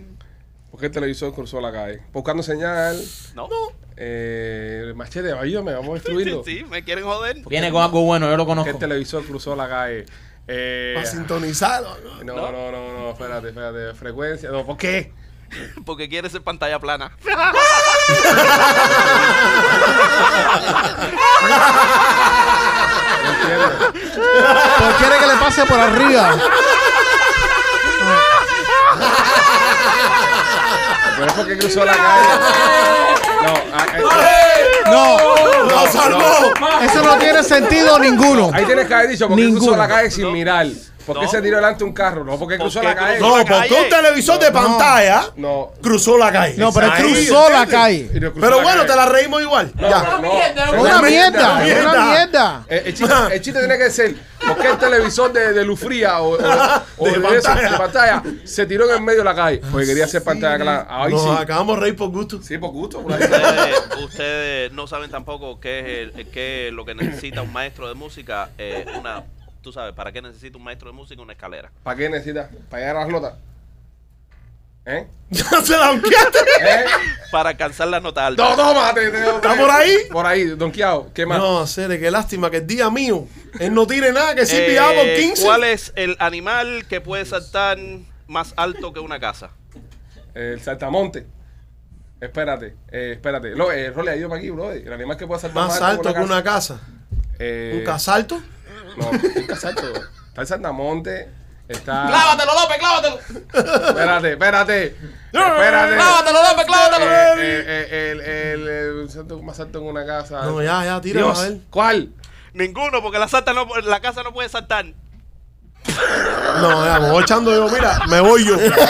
¿Por qué el televisor cruzó la calle? Buscando señal.
No.
Eh, machete, ayúdame, vamos a
Sí,
destruirlo.
sí, me quieren joder.
Viene con algo bueno, yo lo
Que
conozco.
el televisor cruzó la calle. Eh,
Para sintonizar.
no, no, no, no, no, espérate, espérate. Frecuencia, no, ¿por qué?
Porque quiere ser pantalla plana.
No entiendo.
¿Por quiere que le pase por arriba?
Pero es porque cruzó la calle. No, ah, eh,
No.
¡Lo salvó!
Eso no tiene sentido ninguno.
ahí tienes que haber dicho, ¿por qué cruzó
Ninguno.
la calle sin
No.
mirar? ¿Por qué
No.
se tiró delante un carro? No, porque cruzó
Porque
la calle.
cruzó-
No, porque un televisor de pantalla
No,
cruzó la calle.
No, pero
Ahí,
cruzó la
¿entiendes?
calle.
y no cruzó
Pero bueno,
calle.
te la reímos igual. ya.
No, no,
Es
no.
una mierda.
mierda.
Es una mierda.
Eh, El, chiste, el chiste tiene que ser ¿Por qué el televisor de, de Lufría o, o- o
De
de,
pantalla.
pantalla. de pantalla se tiró en el medio de la calle? Porque quería hacer pantalla clara. Ay,
Nos
sí.
acabamos de reír por gusto.
Sí, por gusto. por ahí.
ustedes, ustedes no saben tampoco qué es, el- qué es lo que necesita un maestro de música. eh, una, tú sabes, ¿para qué necesita un maestro de música una escalera?
¿Para qué necesitas? ¿Para llegar a las notas? ¿Eh?
Ya se la banqueaste.
¿Eh?
Para alcanzar la nota alta.
¡No, toma! te- te-
¿Está por ahí?
Por ahí, donkeado. ¿Qué más?
No, Cere, qué lástima que el día mío él no tire nada que sí
Eh,
pillaba por 15.
¿Cuál es el animal que puede saltar más alto que una casa?
El saltamonte. Espérate, eh, espérate. No, eh, Rolly, ayúdame aquí, bro. El animal que puede saltar
Más alto que una casa.
casa. Eh,
¿Un casalto?
No, un casalto. Está el saltamonte. Está.
Clávatelo, López, clávatelo.
Espérate, espérate. Espérate.
Clávatelo, López, clávatelo.
Eh, eh, eh, el, el, el salto más alto en una casa.
No, ya, ya, tira
ah, Dios,
a ver.
¿cuál?
Ninguno, porque la, salta no- la casa no puede saltar.
No, ya, me voy echando yo. Mira, me voy yo. Yo me voy.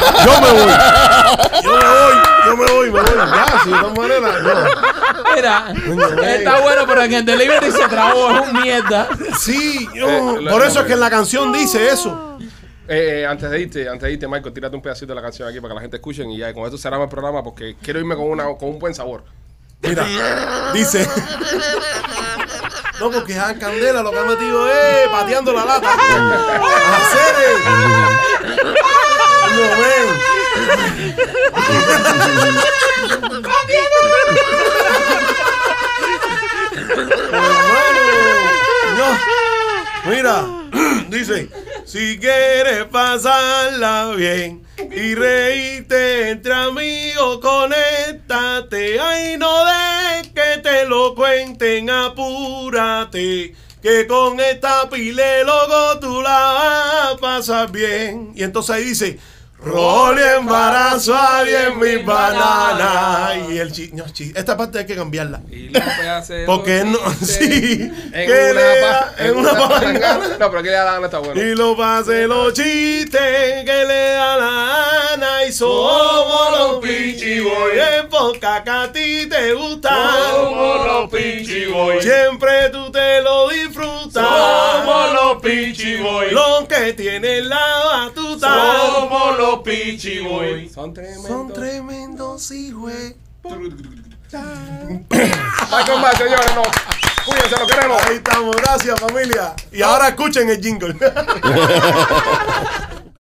Yo me voy, yo me voy, me voy. Ya, si de todas maneras. no.
Mira, está bueno, pero en el delivery se trabó, es un mierda.
Sí, yo-
Eh, la-
por eso es que en la canción dice eso.
Eh, eh, antes de irte, antes de irte, Michael, tírate un pedacito de la canción aquí para que la gente escuche y ya con esto cerramos el programa porque quiero irme con una con un buen sabor.
Mira, dice. No, porque Jan Candela lo que ha metido es pateando la lata. ¡Hacer! ¡No ven! Hermano, no. Mira, dice, si quieres pasarla bien y reírte entre amigos, conéctate. Ay, no de que te lo cuenten, apúrate. Que con esta pile loco tú la vas a pasar bien. Y entonces ahí dice, Rol y embarazo a en mi banana. Y el chi, no, chi- esta parte hay que cambiarla.
Y López hace
Porque
los
no,
chistes
sí,
En
que
una,
le
pa-
da- en una palangana.
No, pero que le da la gana está bueno.
Y lo pase los chistes que le da la gana y somos los pichiboy. En poca que a ti te gusta.
Somos los Pichiboy.
Siempre tú te lo disfrutas.
Somos los Pichiboy.
Los que tienen la batuta.
Somos los Pichiboy.
Son tremendos.
Son tremendos hijos.
Michael Mann, señores, no. Cuídense, lo queremos.
Ahí estamos, gracias familia. Y ahora escuchen el jingle.